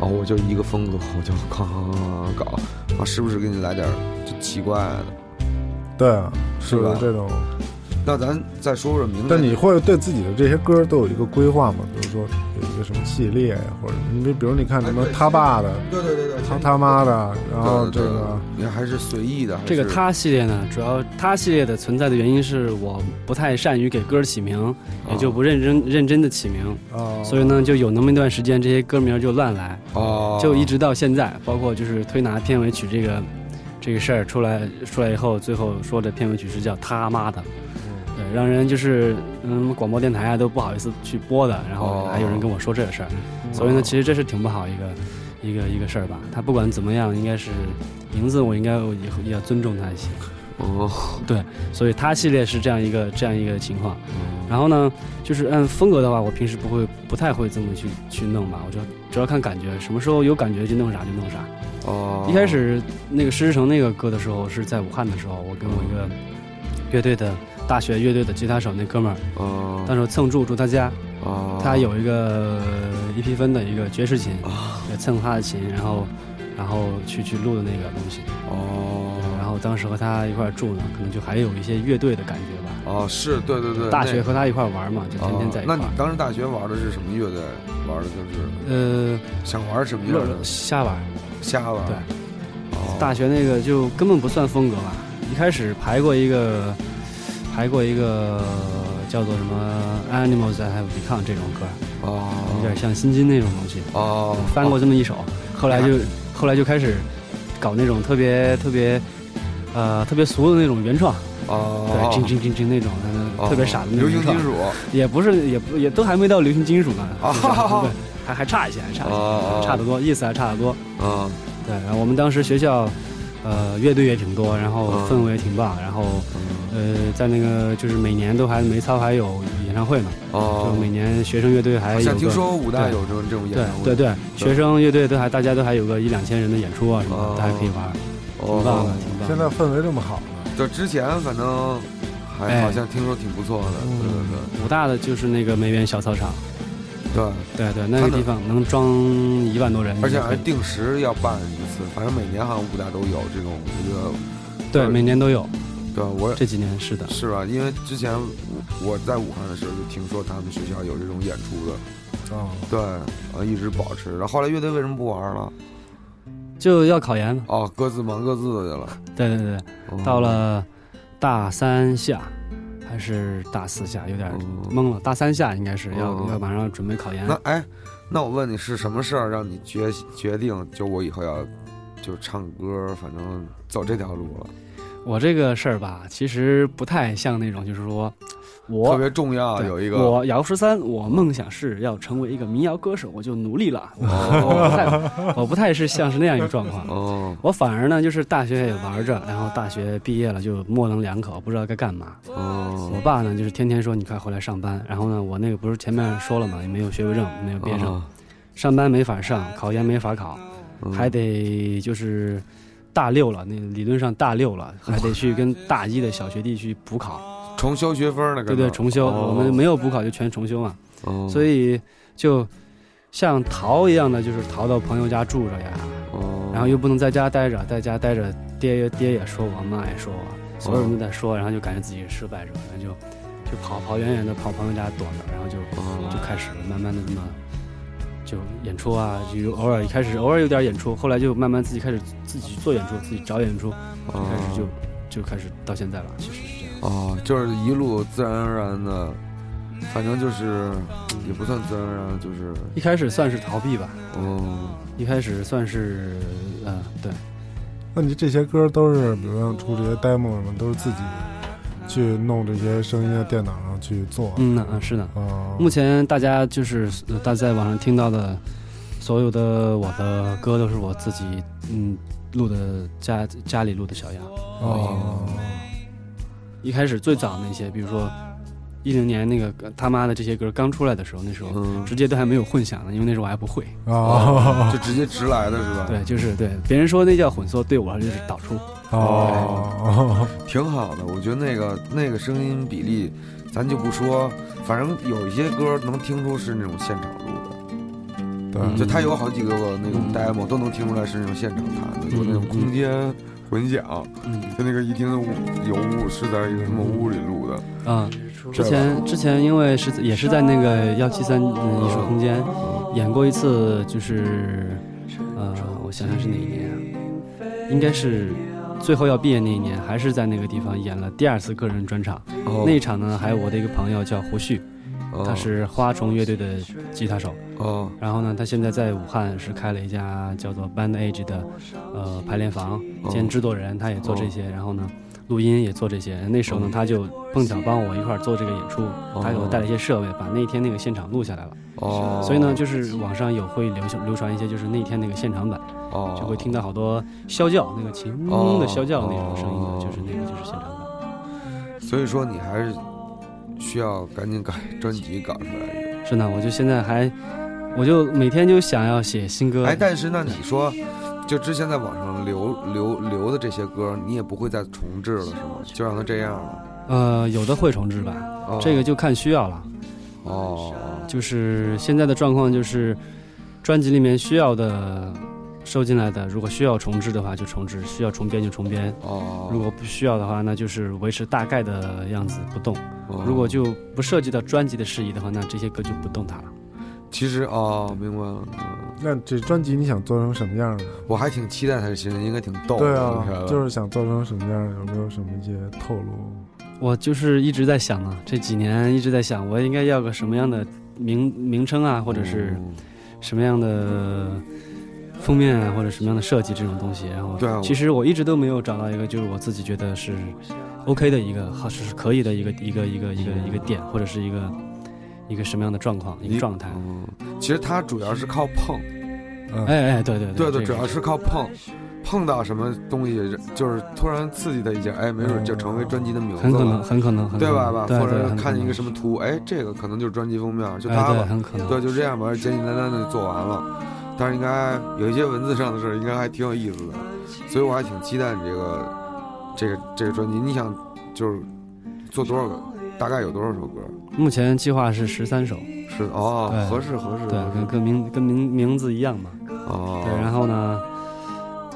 [SPEAKER 2] 啊，我就一个风格，我就哐哐哐哐哐搞，啊，时不时给你来点儿就奇怪的，
[SPEAKER 3] 对，是
[SPEAKER 2] 吧
[SPEAKER 3] 的，这种。
[SPEAKER 2] 那咱再说说明白。
[SPEAKER 3] 但你会对自己的这些歌都有一个规划吗？比如说有一个什么系列呀，或者你比比如你看什么他爸的、
[SPEAKER 2] 对对对对，
[SPEAKER 3] 他他妈的，然后
[SPEAKER 2] 对对
[SPEAKER 3] 这
[SPEAKER 2] 对
[SPEAKER 3] 个
[SPEAKER 2] 你还是随意的，还
[SPEAKER 5] 这个
[SPEAKER 2] 是
[SPEAKER 5] 他系列呢，主要他系列的存在的原因是我不太善于给歌儿起名，
[SPEAKER 2] 啊
[SPEAKER 5] 也就不认真认真的起名，
[SPEAKER 3] 啊，
[SPEAKER 5] 所以呢，就有那么一段时间，这些歌名就乱来，
[SPEAKER 2] 哦，
[SPEAKER 5] 就一直到现在，包括就是推拿片尾曲这个这个事儿出来出来以后，最后说的片尾曲是叫他妈的，
[SPEAKER 2] 嗯
[SPEAKER 5] 对，让人就是嗯广播电台啊都不好意思去播的，然后
[SPEAKER 2] 哦嗯
[SPEAKER 5] 还有人跟我说这个事儿，所以呢，其实这是挺不好一个一个一个事儿吧。他不管怎么样，应该是名字我应该我以后也要尊重他一些，
[SPEAKER 2] 哦，
[SPEAKER 5] 所以他系列是这样一个这样一个情况。
[SPEAKER 2] 嗯
[SPEAKER 5] 然后呢，就是按风格的话，我平时不会不太会这么去去弄吧，我就主要看感觉，什么时候有感觉就弄啥就弄啥。
[SPEAKER 2] 哦，
[SPEAKER 5] 一开始那个《诗之城》那个歌的时候是在武汉的时候，我跟我一个乐队的大学乐队的吉他手那哥们儿，
[SPEAKER 2] 哦，
[SPEAKER 5] 当时我蹭住住他家，
[SPEAKER 2] 哦，
[SPEAKER 5] 他有一个一批分的一个爵士琴，
[SPEAKER 2] 哦
[SPEAKER 5] 也蹭他的琴，然后然后去去录的那个东西，然
[SPEAKER 2] 哦
[SPEAKER 5] 后当时和他一块儿住呢，可能就还有一些乐队的感觉吧。
[SPEAKER 2] 哦，是对对对，
[SPEAKER 5] 大
[SPEAKER 2] 那
[SPEAKER 5] 学和他一块儿玩嘛，就天天在一块
[SPEAKER 2] 那
[SPEAKER 5] 儿。
[SPEAKER 2] 你当时大学玩的是什么乐队？玩的就是
[SPEAKER 5] 呃，
[SPEAKER 2] 想玩什么样的？
[SPEAKER 5] 瞎玩儿，
[SPEAKER 2] 瞎玩。
[SPEAKER 5] 对，
[SPEAKER 2] 哦、
[SPEAKER 5] 大学那个就根本不算风格吧。一开始排过一个，排过一个叫做什么《Animals That Have Become》这种歌，
[SPEAKER 2] 哦，
[SPEAKER 5] 有点像新金那种东西，
[SPEAKER 2] 哦，
[SPEAKER 5] 翻过这么一首。后来就后来就开始搞那种特别特别。呃，特别俗的那种原创，
[SPEAKER 2] 哦，
[SPEAKER 5] 对，
[SPEAKER 2] 哦
[SPEAKER 5] 真真真真那种，呃
[SPEAKER 2] 哦
[SPEAKER 5] 特别傻的那
[SPEAKER 2] 流
[SPEAKER 5] 种
[SPEAKER 2] 行
[SPEAKER 5] 原创
[SPEAKER 2] 金属
[SPEAKER 5] 也不是，也不也都还没到流行金属呢，
[SPEAKER 2] 哦
[SPEAKER 5] 就是对，还还差一些，还差一
[SPEAKER 2] 哦哦
[SPEAKER 5] 些，差得多，意思还差得多。
[SPEAKER 2] 啊，
[SPEAKER 5] 对，然后我们当时学校，呃，乐队也挺多，然后
[SPEAKER 2] 嗯
[SPEAKER 5] 氛围也挺棒，然后呃，在那个就是每年都还每操还有演唱会嘛，就每
[SPEAKER 2] 哦，
[SPEAKER 5] 年学生乐队
[SPEAKER 2] 好
[SPEAKER 5] 还有
[SPEAKER 2] 像
[SPEAKER 5] 个
[SPEAKER 2] 听说武大
[SPEAKER 5] 对
[SPEAKER 2] 有这种这种演
[SPEAKER 5] 对
[SPEAKER 2] 唱会，
[SPEAKER 5] 对对，
[SPEAKER 2] 对
[SPEAKER 5] 学生乐队都还大家都还有个一两千人的演出啊什么
[SPEAKER 2] 哦
[SPEAKER 5] 的，大家可以玩儿，挺棒的
[SPEAKER 2] 哦，，
[SPEAKER 5] 挺棒的。
[SPEAKER 3] 现在氛围这么好了，
[SPEAKER 2] 就之前反正还
[SPEAKER 5] 哎
[SPEAKER 2] 好像听说挺不错的，对
[SPEAKER 5] 武大的就是那个梅园小操场，
[SPEAKER 2] 对对对，
[SPEAKER 5] 对对，那
[SPEAKER 2] 它
[SPEAKER 5] 个地
[SPEAKER 2] 能
[SPEAKER 5] 方能装一万多人，
[SPEAKER 2] 而且还定时要办一次，反正每年好像武大都有这种一个，
[SPEAKER 5] 对每年都有，
[SPEAKER 2] 对我
[SPEAKER 5] 这几年是的。
[SPEAKER 2] 是吧？因为之前我我在武汉的时候就听说他们学校有这种演出的，
[SPEAKER 3] 啊，
[SPEAKER 2] 对，啊一直保持。然后后来乐队为什么不玩了？
[SPEAKER 5] 就要考研嘛，
[SPEAKER 2] 哦，各自忙各自的去了。
[SPEAKER 5] 对对对，
[SPEAKER 2] 哦
[SPEAKER 5] 到了大三下还是大四下，有点
[SPEAKER 2] 嗯
[SPEAKER 5] 懵了。大三下应该是要、
[SPEAKER 2] 嗯
[SPEAKER 5] 要马上准备考研
[SPEAKER 2] 那，哎，那我问你是什么事儿让你决决定就我以后要就唱歌，反正走这条路了，
[SPEAKER 5] 我这个事儿吧，其实不太像那种，就是说
[SPEAKER 2] 特
[SPEAKER 5] 我。
[SPEAKER 2] 别重要
[SPEAKER 5] 对
[SPEAKER 2] 有一个
[SPEAKER 5] 我姚十三，我梦想是要成为一个民谣歌手，我就努力了。我我不
[SPEAKER 2] 哦
[SPEAKER 5] 太，我不太是像是那样一个状况。
[SPEAKER 2] 哦
[SPEAKER 5] 我反而呢，就是大学也玩着，然后大学毕业了就模棱两可，不知道该干嘛。我
[SPEAKER 2] 哦，
[SPEAKER 5] 爸呢，就是天天说你快回来上班。然后呢，我那个不是前面说了嘛，也没有学位证，没有毕业证，
[SPEAKER 2] 哦
[SPEAKER 5] 上班没法上，考研没法考，
[SPEAKER 2] 嗯
[SPEAKER 5] 还得就是大六了，那理论上大六了，还得去跟大一的小学弟去补考，
[SPEAKER 2] 重修学分呢，
[SPEAKER 5] 对对，重修，我们没
[SPEAKER 2] 有，
[SPEAKER 5] 有补考就全重修嘛，
[SPEAKER 2] 哦
[SPEAKER 5] 所以就像逃一样的，就是逃到朋友家住着呀，
[SPEAKER 2] 哦
[SPEAKER 5] 然后又不能在家待着，在家待着，爹爹也说我，妈也说我，所有人都在说，然后就感觉自己是失败者，然后就就跑跑远远的跑朋友家躲着，然后就
[SPEAKER 2] 哦
[SPEAKER 5] 就开始慢慢的那么就演出啊，就偶尔一开始偶尔有点演出，后来就慢慢自己开始自己做演出，自己找演出，就开始就、就开始到现在了，其实是这样。
[SPEAKER 2] 哦，就是一路自然而然的，反正就是也不算自然而然，就是
[SPEAKER 5] 一开始算是逃避吧，
[SPEAKER 2] 嗯，
[SPEAKER 5] 一开始算是嗯、呃对，
[SPEAKER 3] 那你这些歌都是，比如像出这些 demo 什么，都是自己去弄这些声音的电脑上去做，
[SPEAKER 5] 嗯呢嗯是的。
[SPEAKER 2] 哦
[SPEAKER 3] 啊，
[SPEAKER 5] 目前大家就是呃大家在网上听到的所有的我的歌都是我自己嗯录的家家里录的小样。
[SPEAKER 3] 哦，
[SPEAKER 5] 一开始最早那些，比如说一零年那个呃他妈的这些歌刚出来的时候，那时候
[SPEAKER 2] 嗯
[SPEAKER 5] 直接都还没有混响呢，因为那时候我还不会。
[SPEAKER 3] 哦，
[SPEAKER 2] 就直接直来的是吧？
[SPEAKER 5] 对，就是对别人说那叫混缩，对我就是导出。
[SPEAKER 3] 哦，
[SPEAKER 2] 挺好的，我觉得那个那个声音比例，咱就不说，反正有一些歌能听出是那种现场录的，
[SPEAKER 3] 对，
[SPEAKER 5] 嗯
[SPEAKER 2] 就它有好几个那种
[SPEAKER 5] 嗯
[SPEAKER 2] demo 都能听出来是那种现场弹的，
[SPEAKER 5] 嗯
[SPEAKER 2] 有那种空间混响，
[SPEAKER 5] 嗯
[SPEAKER 2] 就那个一听有雾是在一个什么屋里录的，
[SPEAKER 5] 啊，之
[SPEAKER 2] 是吧
[SPEAKER 5] 前之前因为是也是在那个幺七三嗯艺术空间演过一次，就是呃，我想想是哪一年啊，应该是最后要毕业那一年，还是在那个地方演了第二次个人专场。
[SPEAKER 2] 哦
[SPEAKER 5] 那一场呢，还有我的一个朋友叫胡旭，
[SPEAKER 2] 哦
[SPEAKER 5] 他是花虫乐队的吉他手。
[SPEAKER 2] 哦
[SPEAKER 5] 然后呢，他现在在武汉是开了一家叫做 Band Age 的呃排练房
[SPEAKER 2] 哦
[SPEAKER 5] 兼制作人，他也做这些，然后呢录音也做这些。那时候呢，他就碰巧帮我一块儿做这个演出，他给我带了一些设备，把那天那个现场录下来了。
[SPEAKER 2] 哦，
[SPEAKER 5] 所以呢，就是网上有会流行流传一些就是那天那个现场版，
[SPEAKER 2] 哦
[SPEAKER 5] 就会听到好多啸叫，那个琴嗡嗡的啸叫那种声音的，就是那个就是现场版。
[SPEAKER 2] 所以说你还是需要赶紧赶专辑赶出来。
[SPEAKER 5] 是呢，我就现在还，我就每天就想要写新歌。
[SPEAKER 2] 哎，但是那你说，就之前在网上留留留的这些歌，你也不会再重置了，是吗？就让它这样了。
[SPEAKER 5] 呃，有的会重置吧，
[SPEAKER 2] 哦、
[SPEAKER 5] 这个就看需要了。
[SPEAKER 2] 哦，
[SPEAKER 5] 就是现在的状况就是，专辑里面需要的收进来的，如果需要重置的话就重置，需要重编就重编。
[SPEAKER 2] 哦，
[SPEAKER 5] 如果不需要的话，那就是维持大概的样子不动。
[SPEAKER 2] 哦
[SPEAKER 5] 如果就不涉及到专辑的事宜的话，那这些歌就不动它了。
[SPEAKER 2] 其实哦，明白了。嗯
[SPEAKER 3] 那这专辑你想做成什么样的？
[SPEAKER 2] 我还挺期待他的新人，应该挺逗的。
[SPEAKER 3] 对
[SPEAKER 2] 你哦看
[SPEAKER 3] 啊，就是想做成什么样的？有没有什么一些透露？
[SPEAKER 5] 我就是一直在想呢，这几年一直在想，我应该要个什么样的名名称啊，或者是
[SPEAKER 2] 嗯
[SPEAKER 5] 什么样的封面啊，或者什么样的设计这种东西。然后
[SPEAKER 2] 对啊我
[SPEAKER 5] 其实我一直都没有找到一个，就是我自己觉得是 OK 的一个，好是是可以的一个一个一个一个一个点，或者是一个一个什么样的状况，一
[SPEAKER 2] 你
[SPEAKER 5] 个状态。
[SPEAKER 2] 嗯，其实他主要是靠碰，
[SPEAKER 3] 嗯，
[SPEAKER 5] 哎哎，对对
[SPEAKER 2] 对
[SPEAKER 5] 对
[SPEAKER 2] 对，主要是靠碰，碰到什么东西，就是突然刺激他一下，哎，没准就成为专辑的名字
[SPEAKER 5] 很可能，
[SPEAKER 2] 了，
[SPEAKER 5] 很可能，很可
[SPEAKER 2] 对
[SPEAKER 5] 能
[SPEAKER 2] 吧？吧，
[SPEAKER 5] 对
[SPEAKER 2] 或
[SPEAKER 5] 对，
[SPEAKER 2] 者
[SPEAKER 5] 很可
[SPEAKER 2] 看见一
[SPEAKER 5] 能
[SPEAKER 2] 个什么图，哎，这个可能就是专辑封面，就
[SPEAKER 5] 哎
[SPEAKER 2] 它
[SPEAKER 5] 对，
[SPEAKER 2] 了，
[SPEAKER 5] 很可能。
[SPEAKER 2] 对，就这样吧，简简单单的做完了。但是应该有一些文字上的事儿，应该还挺有意思的，所以我还挺期待你这个这个这个专辑。你想就是做多少个？大概有多少首歌？
[SPEAKER 5] 目前计划是十三首，
[SPEAKER 2] 是哦
[SPEAKER 5] 对，
[SPEAKER 2] 合适合适，
[SPEAKER 5] 对，
[SPEAKER 2] 合
[SPEAKER 5] 跟
[SPEAKER 2] 适
[SPEAKER 5] 跟名跟名名字一样嘛。
[SPEAKER 2] 哦，
[SPEAKER 5] 对，然后呢，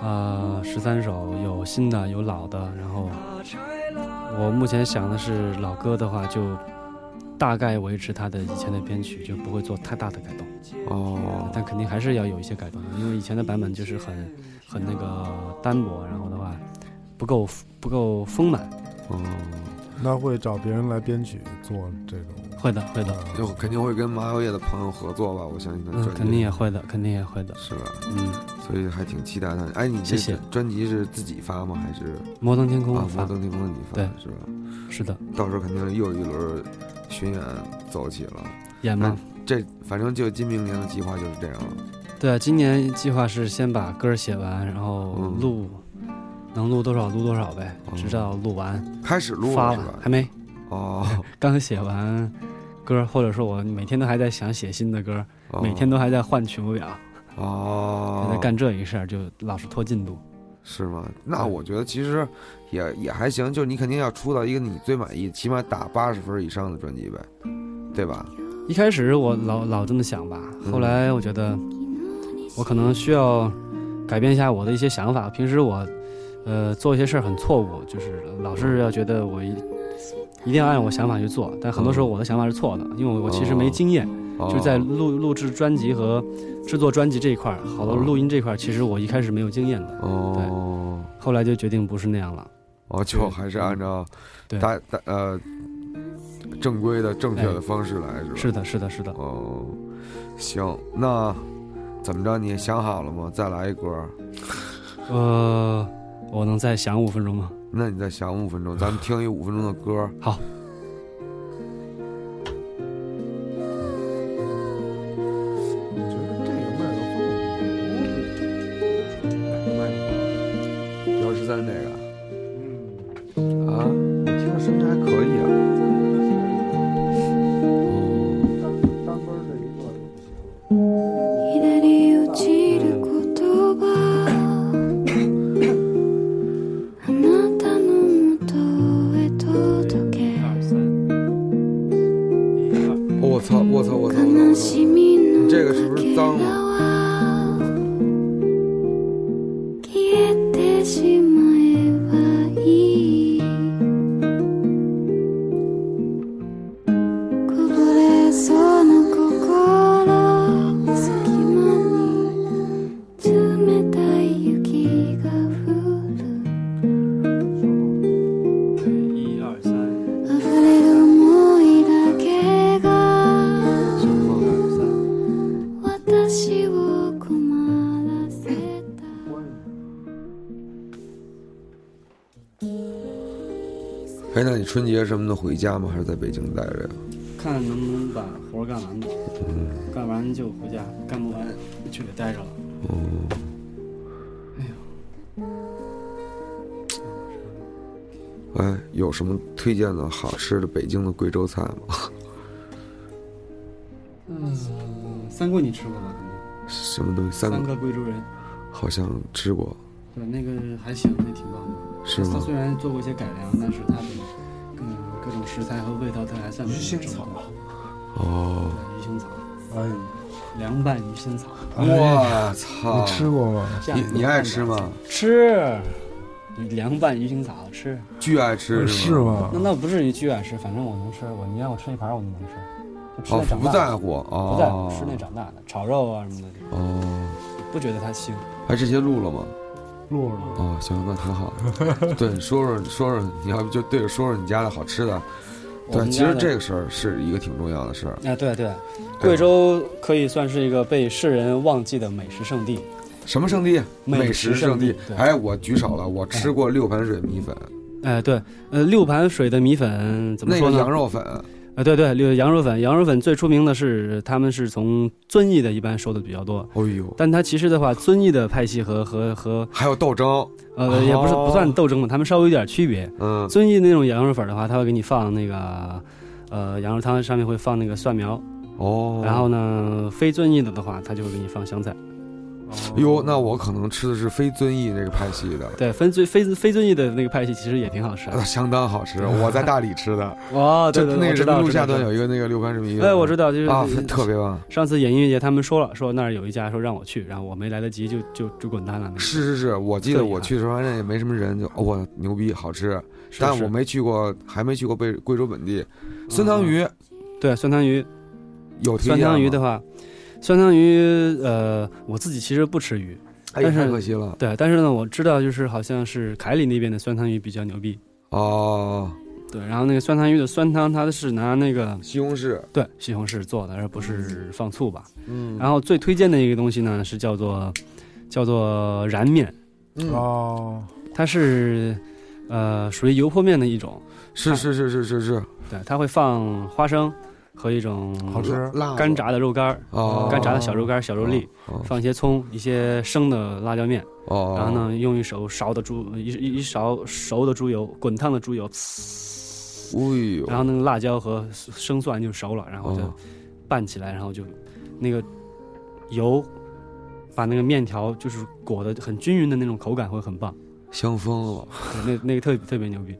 [SPEAKER 5] 呃，十三首有新的，有老的，然后我目前想的是老歌的话，就大概维持它的以前的编曲，就不会做太大的改动，
[SPEAKER 2] 哦，
[SPEAKER 5] 但肯定还是要有一些改动，因为以前的版本就是很很那个单薄，然后的话不够不够丰满，
[SPEAKER 2] 哦，
[SPEAKER 3] 那会找别人来编曲做这种？
[SPEAKER 5] 会的会的，
[SPEAKER 2] 就哎肯定会跟麻油叶的朋友合作吧，我相信他专
[SPEAKER 5] 嗯，
[SPEAKER 2] 辑
[SPEAKER 5] 肯定也会的，肯定也会的，
[SPEAKER 2] 是吧？
[SPEAKER 5] 嗯，
[SPEAKER 2] 所以还挺期待他。哎，你这
[SPEAKER 5] 谢谢
[SPEAKER 2] 专辑是自己发吗？还是
[SPEAKER 5] 摩登天空
[SPEAKER 2] 啊，
[SPEAKER 5] 发
[SPEAKER 2] 摩登天空你发
[SPEAKER 5] 对
[SPEAKER 2] 是吧？
[SPEAKER 5] 是的，
[SPEAKER 2] 到时候肯定又一轮巡演走起了。
[SPEAKER 5] 演吗？
[SPEAKER 2] 这反正就今明年的计划就是这样了。
[SPEAKER 5] 对啊，今年计划是先把歌儿写完，然后
[SPEAKER 2] 嗯
[SPEAKER 5] 录，能录多少录多少呗，
[SPEAKER 2] 哦
[SPEAKER 5] 直到录完
[SPEAKER 2] 开始录了
[SPEAKER 5] 发
[SPEAKER 2] 是
[SPEAKER 5] 了
[SPEAKER 2] 吧？
[SPEAKER 5] 还没，
[SPEAKER 2] 哦，
[SPEAKER 5] 刚写完歌儿，或者说我每天都还在想写新的歌儿，
[SPEAKER 2] 哦
[SPEAKER 5] 每天都还在换曲目表，还在
[SPEAKER 2] 哦，
[SPEAKER 5] 干这一事儿，就老是拖进度。
[SPEAKER 2] 是吗？那我觉得其实也也还行，就是你肯定要出到一个你最满意，起码打八十分以上的专辑呗，对吧？
[SPEAKER 5] 一开始我老老这么想吧，
[SPEAKER 2] 嗯
[SPEAKER 5] 后来我觉得我可能需要改变一下我的一些想法。平时我呃做一些事儿很错误，就是老是要觉得我一一定要按我想法去做，但很多时候我的想法是错的，因为我我其实没经验，
[SPEAKER 2] 哦
[SPEAKER 5] 就在录录制专辑和制作专辑这一块儿，好多
[SPEAKER 2] 哦
[SPEAKER 5] 录音这块儿，其实我一开始没有经验的，
[SPEAKER 2] 哦
[SPEAKER 5] 后来就决定不是那样了。
[SPEAKER 2] 哦，就还是按照
[SPEAKER 5] 嗯对
[SPEAKER 2] 大大呃正规的正确的方式来是吧？
[SPEAKER 5] 哎是的，是的，是的，
[SPEAKER 2] 哦，行，那怎么着？你想好了吗？再来一歌儿，
[SPEAKER 5] 呃，我能再想五分钟吗？
[SPEAKER 2] 那你再想五分钟，咱们听一五分钟的歌儿。
[SPEAKER 5] 啊好。
[SPEAKER 3] 我觉得这个麦克
[SPEAKER 2] 哎幺十三这个，嗯，啊，我听着声音还可以啊。哦，
[SPEAKER 7] 左に落ちる言葉あなたの元へ届け
[SPEAKER 2] 我操！我操！我操！我操！我
[SPEAKER 7] 悲
[SPEAKER 2] 操！
[SPEAKER 7] しみの
[SPEAKER 2] 这个是不是
[SPEAKER 7] けら
[SPEAKER 2] 脏啊吗？
[SPEAKER 7] は消えてしまえ
[SPEAKER 2] 哎那你春节什么的回家吗？还是在北京待着呀？
[SPEAKER 5] 看能不能把活儿干完吧，
[SPEAKER 2] 嗯
[SPEAKER 5] 干完就回家，干不完就得待着了。
[SPEAKER 2] 嗯，哎，有什么推荐的好吃的北京的贵州菜吗？
[SPEAKER 5] 嗯，三桂你吃过吧？肯定
[SPEAKER 2] 什么东西？三
[SPEAKER 5] 三
[SPEAKER 2] 个
[SPEAKER 5] 个贵州人，
[SPEAKER 2] 好像吃过，
[SPEAKER 5] 对，那个还行，那挺棒的。
[SPEAKER 2] 是
[SPEAKER 5] 它
[SPEAKER 2] 吗？
[SPEAKER 5] 虽然做过一些改良，但是它的嗯各种食材和味道它还算比较正宗。
[SPEAKER 2] 哦，
[SPEAKER 5] 对，鱼腥草，
[SPEAKER 3] 哎，
[SPEAKER 5] 凉拌鱼腥草。
[SPEAKER 2] 我操！
[SPEAKER 3] 你吃过吗？
[SPEAKER 5] 酱
[SPEAKER 2] 你
[SPEAKER 5] 油
[SPEAKER 2] 你
[SPEAKER 5] 拌
[SPEAKER 2] 爱
[SPEAKER 5] 的
[SPEAKER 2] 吃？吗？
[SPEAKER 5] 吃，凉拌鱼腥草吃。
[SPEAKER 2] 巨爱吃
[SPEAKER 3] 是
[SPEAKER 2] 吗？
[SPEAKER 3] 吗
[SPEAKER 5] 那？那不至于巨爱吃，反正我能吃，我你让我吃一盘我都能吃，就吃
[SPEAKER 2] 哦
[SPEAKER 5] 那，长
[SPEAKER 2] 不
[SPEAKER 5] 大
[SPEAKER 2] 在
[SPEAKER 5] 的，
[SPEAKER 2] 乎
[SPEAKER 5] 不在
[SPEAKER 2] 哦
[SPEAKER 5] 乎，吃那长大的炒肉啊什么的，
[SPEAKER 2] 哦，
[SPEAKER 5] 不觉得它腥。
[SPEAKER 2] 哎，这些录了吗？
[SPEAKER 3] 录了。
[SPEAKER 2] 哦，行，那挺好的。对，说说说说，你要不就对着说说你家的好吃的。
[SPEAKER 5] 我
[SPEAKER 2] 对，
[SPEAKER 5] 们
[SPEAKER 2] 其
[SPEAKER 5] 家
[SPEAKER 2] 实
[SPEAKER 5] 的
[SPEAKER 2] 这个事儿是一个挺重要的事儿。
[SPEAKER 5] 啊，对对，贵州可以算是一个被世人忘记的美食圣地。
[SPEAKER 2] 什么圣地？啊
[SPEAKER 5] 美
[SPEAKER 2] 美
[SPEAKER 5] 食
[SPEAKER 2] 食
[SPEAKER 5] 圣
[SPEAKER 2] 圣
[SPEAKER 5] 地
[SPEAKER 2] 地
[SPEAKER 5] 对。
[SPEAKER 2] 哎，我举手了，我吃过六盘水米粉，
[SPEAKER 5] 哎，对，呃，六盘水的米粉怎么
[SPEAKER 2] 那
[SPEAKER 5] 说
[SPEAKER 2] 个
[SPEAKER 5] 呢？
[SPEAKER 2] 羊肉粉，
[SPEAKER 5] 啊，对对，六羊肉粉，羊肉粉最出名的是他们是从遵义的一般收的比较多，
[SPEAKER 2] 哎呦，
[SPEAKER 5] 但它其实的话，遵义的派系和和和
[SPEAKER 2] 还有豆蒸，
[SPEAKER 5] 呃也不是
[SPEAKER 2] 哦
[SPEAKER 5] 不算斗争吧，他们稍微有点区别。
[SPEAKER 2] 嗯，
[SPEAKER 5] 遵义那种羊肉粉的话，它会给你放那个呃羊肉汤，上面会放那个蒜苗，
[SPEAKER 2] 哦，
[SPEAKER 5] 然后呢，非遵义的的话，它就会给你放香菜。
[SPEAKER 2] 哟，那我可能吃的是非遵义那个派系 的，
[SPEAKER 5] 对，分遵非非遵义的那个派系其实也挺好吃的
[SPEAKER 2] 呃。相当好 吃。我在大理吃的，
[SPEAKER 5] 哇，啊对
[SPEAKER 2] 就
[SPEAKER 5] 对，
[SPEAKER 2] 那
[SPEAKER 5] 我
[SPEAKER 2] 个
[SPEAKER 5] 知
[SPEAKER 2] 人
[SPEAKER 5] 道
[SPEAKER 2] 民路下
[SPEAKER 5] 端
[SPEAKER 2] 段。有一个那个六盘水米粉，
[SPEAKER 5] 哎，我知道，嗯就是
[SPEAKER 2] 啊，特别棒。
[SPEAKER 5] 上次演音乐节他们说了，说那儿有一家说让我去，然后我没来得及就就就滚蛋了。那个
[SPEAKER 2] 是是是，我记
[SPEAKER 5] 特
[SPEAKER 2] 得
[SPEAKER 5] 遗
[SPEAKER 2] 我
[SPEAKER 5] 憾
[SPEAKER 2] 去的时候发现也没什么人，就哦我牛逼好吃，
[SPEAKER 5] 是
[SPEAKER 2] 但
[SPEAKER 5] 是嗯
[SPEAKER 2] 我没去过，还没去过贵贵州本地。酸汤鱼
[SPEAKER 5] 对酸汤鱼，
[SPEAKER 2] 有啊推
[SPEAKER 5] 酸
[SPEAKER 2] 荐
[SPEAKER 5] 汤鱼
[SPEAKER 2] 吗
[SPEAKER 5] 的，话，酸汤鱼呃，我自己其实不吃鱼，
[SPEAKER 2] 哎
[SPEAKER 5] 但
[SPEAKER 2] 太
[SPEAKER 5] 是
[SPEAKER 2] 可惜了
[SPEAKER 5] 对，但是呢，我知道就是好像是凯里那边的酸汤鱼比较牛逼。
[SPEAKER 2] 哦。
[SPEAKER 5] 对，然后那个酸汤鱼的酸汤，它是拿那个
[SPEAKER 2] 西红柿，
[SPEAKER 5] 对西红柿做的，而不是放醋吧。
[SPEAKER 2] 嗯
[SPEAKER 5] 然后最推荐的一个东西呢是叫做叫做燃面，
[SPEAKER 2] 嗯，
[SPEAKER 3] 哦，
[SPEAKER 5] 它是呃属于油泼面的一种，
[SPEAKER 2] 是是是是是是，
[SPEAKER 5] 对，它会放花生和一种
[SPEAKER 3] 好吃
[SPEAKER 2] 辣
[SPEAKER 5] 干炸的肉干儿，
[SPEAKER 2] 啊哦，
[SPEAKER 5] 干炸的小肉干儿、小肉粒，
[SPEAKER 2] 哦
[SPEAKER 5] 放一些葱、一些生的辣椒面，
[SPEAKER 2] 哦，
[SPEAKER 5] 然后呢用一手勺的猪一一一勺熟的猪油，滚烫的猪油，呲
[SPEAKER 2] 哎呦，
[SPEAKER 5] 然后那个辣椒和生蒜就熟了，然后就
[SPEAKER 2] 哦
[SPEAKER 5] 拌起来，然后就那个油把那个面条就是裹得很均匀的那种口感会 很棒，
[SPEAKER 2] 香疯了，
[SPEAKER 5] 对那那个特特别牛逼，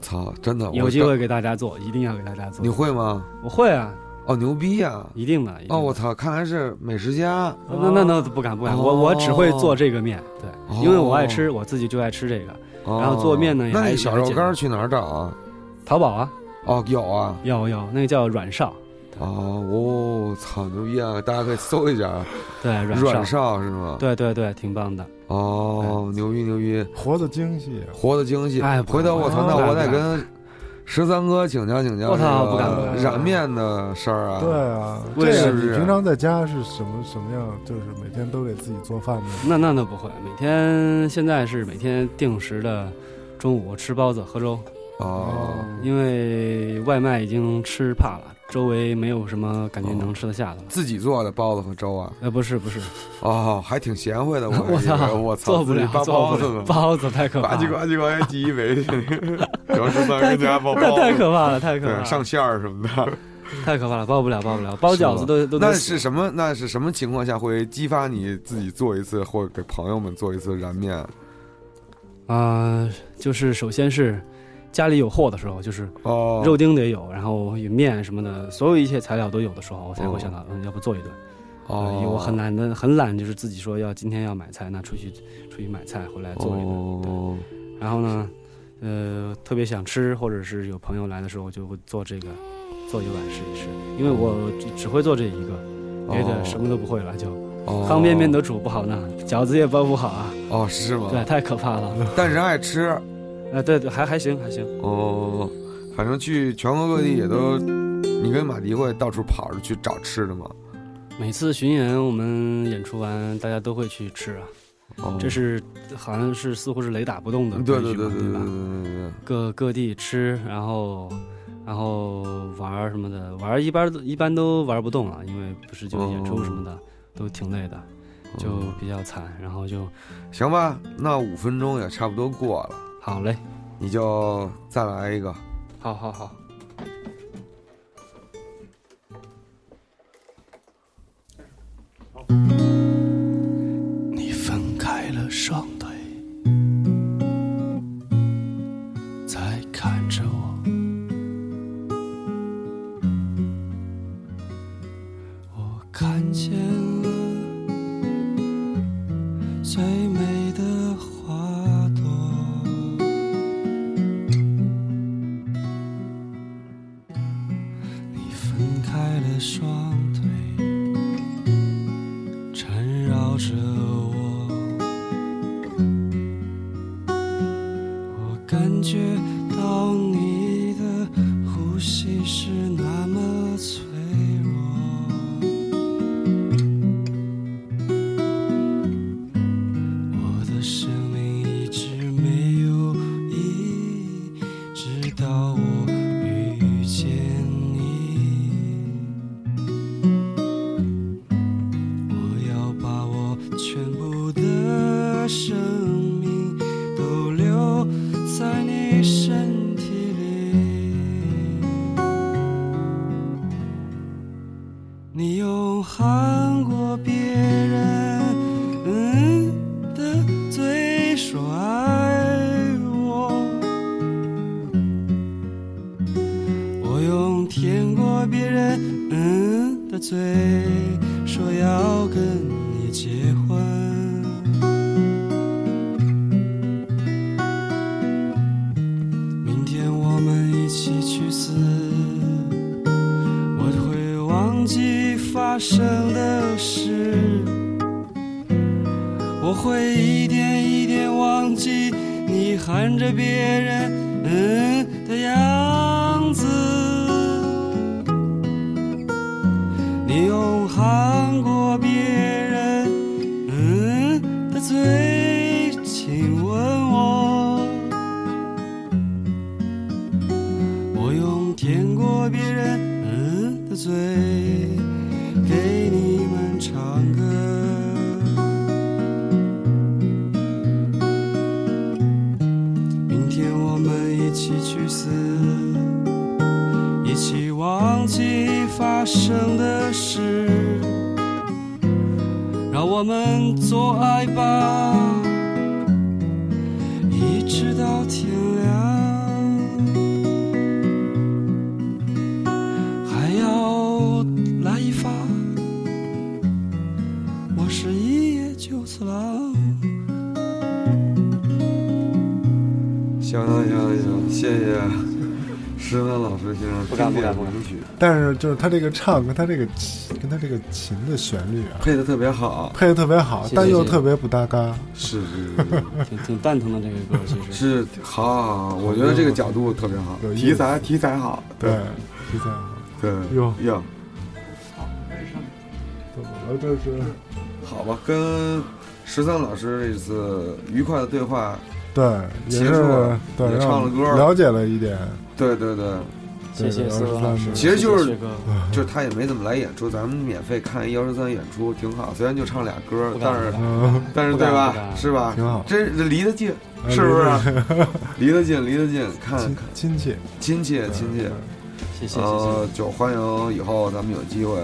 [SPEAKER 2] 操，真的，
[SPEAKER 5] 有
[SPEAKER 2] 哦我
[SPEAKER 5] 机
[SPEAKER 2] 当
[SPEAKER 5] 会给大家做，一定要给大家做
[SPEAKER 2] 你。会吗？
[SPEAKER 5] 我会啊，
[SPEAKER 2] 哦，牛逼呀！
[SPEAKER 5] 一定的。一定的
[SPEAKER 2] 哦，我操，看来是美食家，
[SPEAKER 5] 那那那不敢不敢，
[SPEAKER 2] 哦
[SPEAKER 5] 我我只会做这个面，对，
[SPEAKER 2] 哦
[SPEAKER 5] 因为我爱吃，我自己就爱吃这个。
[SPEAKER 2] 然
[SPEAKER 5] 然后做面呢也
[SPEAKER 2] 哦那
[SPEAKER 5] 还
[SPEAKER 2] 你小
[SPEAKER 5] 也还
[SPEAKER 2] 肉
[SPEAKER 5] 简
[SPEAKER 2] 干儿
[SPEAKER 5] 单
[SPEAKER 2] 去哪儿找啊？
[SPEAKER 5] 淘宝啊，
[SPEAKER 2] 哦，有啊，
[SPEAKER 5] 有有，那个叫软哨，
[SPEAKER 2] 啊，我、操，牛逼啊！大家可以搜一下，
[SPEAKER 5] 对
[SPEAKER 2] 阮
[SPEAKER 5] 软哨，
[SPEAKER 2] 少是吗？，
[SPEAKER 5] 对对对，挺棒的。
[SPEAKER 2] 哦，牛逼牛逼，
[SPEAKER 3] 活得精细。啊
[SPEAKER 2] 活得精细。
[SPEAKER 5] 哎不
[SPEAKER 2] 回头
[SPEAKER 5] 敢
[SPEAKER 2] 我操，
[SPEAKER 3] 不
[SPEAKER 2] 那
[SPEAKER 5] 敢
[SPEAKER 2] 我
[SPEAKER 5] 不
[SPEAKER 2] 得
[SPEAKER 5] 敢
[SPEAKER 2] 跟十三哥请教请教
[SPEAKER 5] 我
[SPEAKER 2] 这
[SPEAKER 5] 操不敢
[SPEAKER 3] 不敢
[SPEAKER 2] 个
[SPEAKER 3] 不敢
[SPEAKER 2] 擀面的事儿啊。
[SPEAKER 3] 对，啊，
[SPEAKER 2] 为
[SPEAKER 3] 这
[SPEAKER 2] 是
[SPEAKER 3] 个
[SPEAKER 2] 不
[SPEAKER 3] 你
[SPEAKER 2] 是
[SPEAKER 3] 平常在家是什么什么样？就是每天都给自己做饭吗？
[SPEAKER 5] 那那那不会，每天现在是每天定时的，中午吃包子喝粥，
[SPEAKER 2] 哦，
[SPEAKER 5] 因为外卖已经吃怕了，周围没有什么感觉
[SPEAKER 2] 哦
[SPEAKER 5] 能吃得下的了。
[SPEAKER 2] 自己做的包子和粥啊，
[SPEAKER 5] 呃，不是不是，
[SPEAKER 2] 哦，还挺贤惠的，我
[SPEAKER 5] 我
[SPEAKER 2] 还以
[SPEAKER 5] 操，
[SPEAKER 2] 为我操，
[SPEAKER 5] 做不
[SPEAKER 2] 自己
[SPEAKER 5] 了，
[SPEAKER 2] 扒
[SPEAKER 5] 做
[SPEAKER 2] 包
[SPEAKER 5] 不
[SPEAKER 2] 子
[SPEAKER 5] 了，
[SPEAKER 2] 呢，
[SPEAKER 5] 包子太可怕
[SPEAKER 2] 呱唧呱
[SPEAKER 5] 了，
[SPEAKER 2] 唧呱唧第一 围去，然后十三哥家包
[SPEAKER 5] 那
[SPEAKER 2] 包
[SPEAKER 5] 太
[SPEAKER 2] 子，
[SPEAKER 5] 可怕了，太可怕
[SPEAKER 2] 对，
[SPEAKER 5] 了，
[SPEAKER 2] 上馅儿什么的。
[SPEAKER 5] 太可怕了，包不了，包不了，包饺子 都都都
[SPEAKER 2] 那是什么？那是什么情况下会激发你自己做一次，或者给朋友们做一次燃面？
[SPEAKER 5] 啊、就是首先是家里有货的时候，就是
[SPEAKER 2] 哦，
[SPEAKER 5] 肉丁得有，然后有面什么的，所有一切材料都有的时候，我才会
[SPEAKER 2] 哦
[SPEAKER 5] 想到，嗯，要不做一顿。呃
[SPEAKER 2] 哦
[SPEAKER 5] 因为，我很懒的，很懒，就是自己说要今天要买菜，那出去出去买菜回来做一顿。
[SPEAKER 2] 哦，
[SPEAKER 5] 对然后呢，呃，特别想吃，或者是有朋友来的时候，我就会做这个，做一碗试一试，因为我只只会做这一个。别的什么都不会了，就
[SPEAKER 2] 哦
[SPEAKER 5] 方便面都煮不好呢，饺子也包不好啊，
[SPEAKER 2] 哦是吗？
[SPEAKER 5] 对，，太可怕 了。
[SPEAKER 2] 但人爱吃
[SPEAKER 5] 呃，对对，还还行还行。
[SPEAKER 2] 哦。反正去全国各地也都，你跟马迪会到处跑着去找吃的吗？
[SPEAKER 5] 每次巡演我们演出完，大家都会去吃啊，
[SPEAKER 2] 哦，
[SPEAKER 5] 这是好像是似乎是雷打不动的
[SPEAKER 2] 对
[SPEAKER 5] 规
[SPEAKER 2] 嗯对
[SPEAKER 5] 矩
[SPEAKER 2] 对
[SPEAKER 5] 嘛，
[SPEAKER 2] 对对对
[SPEAKER 5] 对吧？
[SPEAKER 2] 对对对，
[SPEAKER 5] 各各地吃，然后然后玩儿什么的，玩儿一般一般都玩不动了，因为不是就演出什么的、都挺累的，就
[SPEAKER 2] 嗯
[SPEAKER 5] 比较惨。然后就
[SPEAKER 2] 行吧，那五分钟也差不多过了，
[SPEAKER 5] 好嘞，
[SPEAKER 2] 你就再来一个。
[SPEAKER 5] 好好好，
[SPEAKER 4] 你分开了双腿，再看着我，我看见了最美的花朵，你分开了双腿。缠绕着我，我感觉到你的呼吸是那么脆弱，我的生命一直没有意义，直到我遇见你。我要把我全部的生命都留在你身体里。你用喊过别人嗯的嘴说爱我。我用舔过别人嗯的嘴，说要跟你结婚。明天我们一起去死，我会忘记发生的事，我会一点一点忘记你喊着别人嗯的样子。你用喊过别人嗯的嘴亲吻我，我用舔过别人嗯的嘴给你们唱歌。明天我们一起去死，一起忘记发生的事，让我们做爱吧，一直到天亮，还要来一发，我是一夜九次郎。
[SPEAKER 2] 行行行行，谢谢 石文老师先生
[SPEAKER 5] 不敢
[SPEAKER 2] 经典
[SPEAKER 5] 不敢不敢
[SPEAKER 2] 名曲，
[SPEAKER 3] 但是就是他这个唱跟他这个琴跟他这个琴的旋律啊，
[SPEAKER 2] 配的特别好，
[SPEAKER 3] 配的特别好，
[SPEAKER 5] 谢谢
[SPEAKER 3] 但又
[SPEAKER 5] 谢谢
[SPEAKER 3] 特别不搭嘎。
[SPEAKER 2] 是是是
[SPEAKER 5] 挺挺蛋疼的这个歌，其 实
[SPEAKER 2] 是，是好好好，我觉得这个角度特别好，
[SPEAKER 3] 有意思
[SPEAKER 2] 题材题材好，
[SPEAKER 3] 对，就这样。
[SPEAKER 2] 对
[SPEAKER 3] 哟
[SPEAKER 2] 哟，
[SPEAKER 3] 怎么了这是？
[SPEAKER 2] 好吧，跟十三老师这次愉快的对话，
[SPEAKER 3] 对，也
[SPEAKER 2] 结束
[SPEAKER 3] 是
[SPEAKER 2] 了
[SPEAKER 3] 对，
[SPEAKER 2] 也
[SPEAKER 3] 让
[SPEAKER 2] 唱
[SPEAKER 3] 我
[SPEAKER 2] 了歌
[SPEAKER 3] 了解了一点。
[SPEAKER 2] 对对对，
[SPEAKER 5] 谢谢
[SPEAKER 3] 对
[SPEAKER 5] 思文老师，
[SPEAKER 2] 其实就是
[SPEAKER 5] 谢谢薛哥
[SPEAKER 2] 就是他也没怎么来演出，咱们免费看幺十三演出挺好，虽然就唱俩歌
[SPEAKER 5] 不，敢
[SPEAKER 2] 但是
[SPEAKER 3] 嗯，
[SPEAKER 2] 但是
[SPEAKER 5] 不
[SPEAKER 2] 对
[SPEAKER 5] 敢不
[SPEAKER 2] 吧，
[SPEAKER 5] 敢哎
[SPEAKER 2] 是吧？
[SPEAKER 3] 挺好
[SPEAKER 2] 真是离得近，是不是？ 离得近，离得近，看
[SPEAKER 3] 亲
[SPEAKER 2] 看
[SPEAKER 3] 亲切，
[SPEAKER 2] 亲切亲切
[SPEAKER 3] 对。
[SPEAKER 5] 谢谢谢谢
[SPEAKER 2] 呃，，就欢迎以后咱们有机会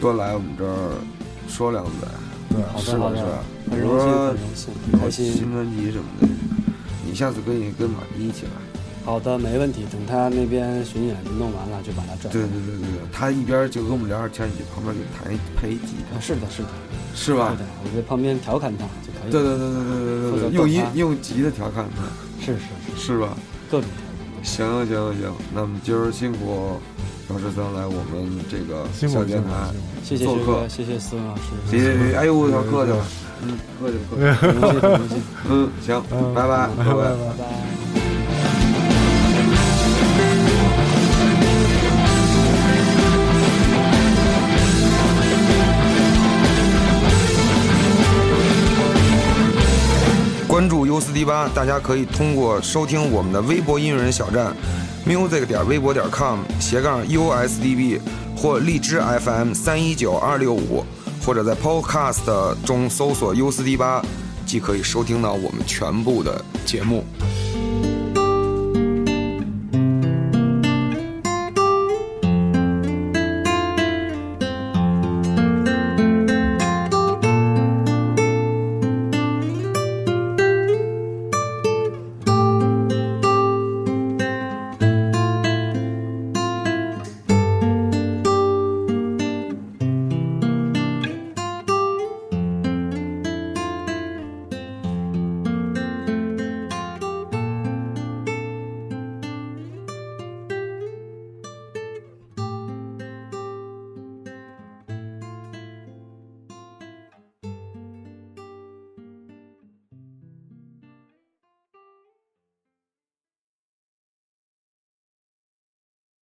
[SPEAKER 2] 多来我们这儿说两嘴，
[SPEAKER 3] 对，
[SPEAKER 5] 好
[SPEAKER 2] 是
[SPEAKER 5] 的好
[SPEAKER 2] 吧？是
[SPEAKER 5] 的
[SPEAKER 2] 吧，？比
[SPEAKER 5] 很
[SPEAKER 2] 如
[SPEAKER 5] 荣幸
[SPEAKER 2] 说
[SPEAKER 5] 很荣幸，很开
[SPEAKER 2] 有
[SPEAKER 5] 心
[SPEAKER 2] 新。专辑什么的，你下次可以跟马迪一起来。
[SPEAKER 5] 好的，没问题。等他那边巡演弄完了，就把他转。
[SPEAKER 2] 对对对对对，他一边就跟我们聊着天，你就旁边给弹一配一吉
[SPEAKER 5] 啊，
[SPEAKER 2] 他，
[SPEAKER 5] 是的，是的，
[SPEAKER 2] 是
[SPEAKER 5] 是
[SPEAKER 2] 吧？
[SPEAKER 5] 的，我在旁边调侃他就可
[SPEAKER 2] 啊
[SPEAKER 5] 以了。
[SPEAKER 2] 对对对对对对
[SPEAKER 5] 负责
[SPEAKER 2] 对
[SPEAKER 5] 逗
[SPEAKER 2] 对，用音
[SPEAKER 5] 他
[SPEAKER 2] 用吉他调侃他，
[SPEAKER 5] 是是是，
[SPEAKER 2] 是吧？
[SPEAKER 5] 各种调
[SPEAKER 2] 行行行，那么今儿辛苦姚十三来我们这个
[SPEAKER 3] 辛
[SPEAKER 2] 小
[SPEAKER 3] 苦
[SPEAKER 2] 电
[SPEAKER 3] 辛苦
[SPEAKER 2] 台，
[SPEAKER 3] 辛苦
[SPEAKER 5] 侃。谢谢
[SPEAKER 2] 做
[SPEAKER 5] 薛
[SPEAKER 2] 客
[SPEAKER 5] 哥，谢谢思文老师，
[SPEAKER 2] 谢谢谢谢，哎呦我操，客气了，嗯，客气了客气了。
[SPEAKER 5] 很荣幸，很荣幸。
[SPEAKER 2] 嗯，行，
[SPEAKER 3] 嗯
[SPEAKER 2] 拜拜，各位。
[SPEAKER 3] 拜拜
[SPEAKER 5] 拜拜。
[SPEAKER 2] 我四 D 八，大家可以通过收听我们的微博音乐人小站，music 点微博点 com 斜杠 USDB 或荔枝 FM 三一九二六五，或者在 Podcast 中搜索 U 四 D 八，即可以收听到我们全部的节目。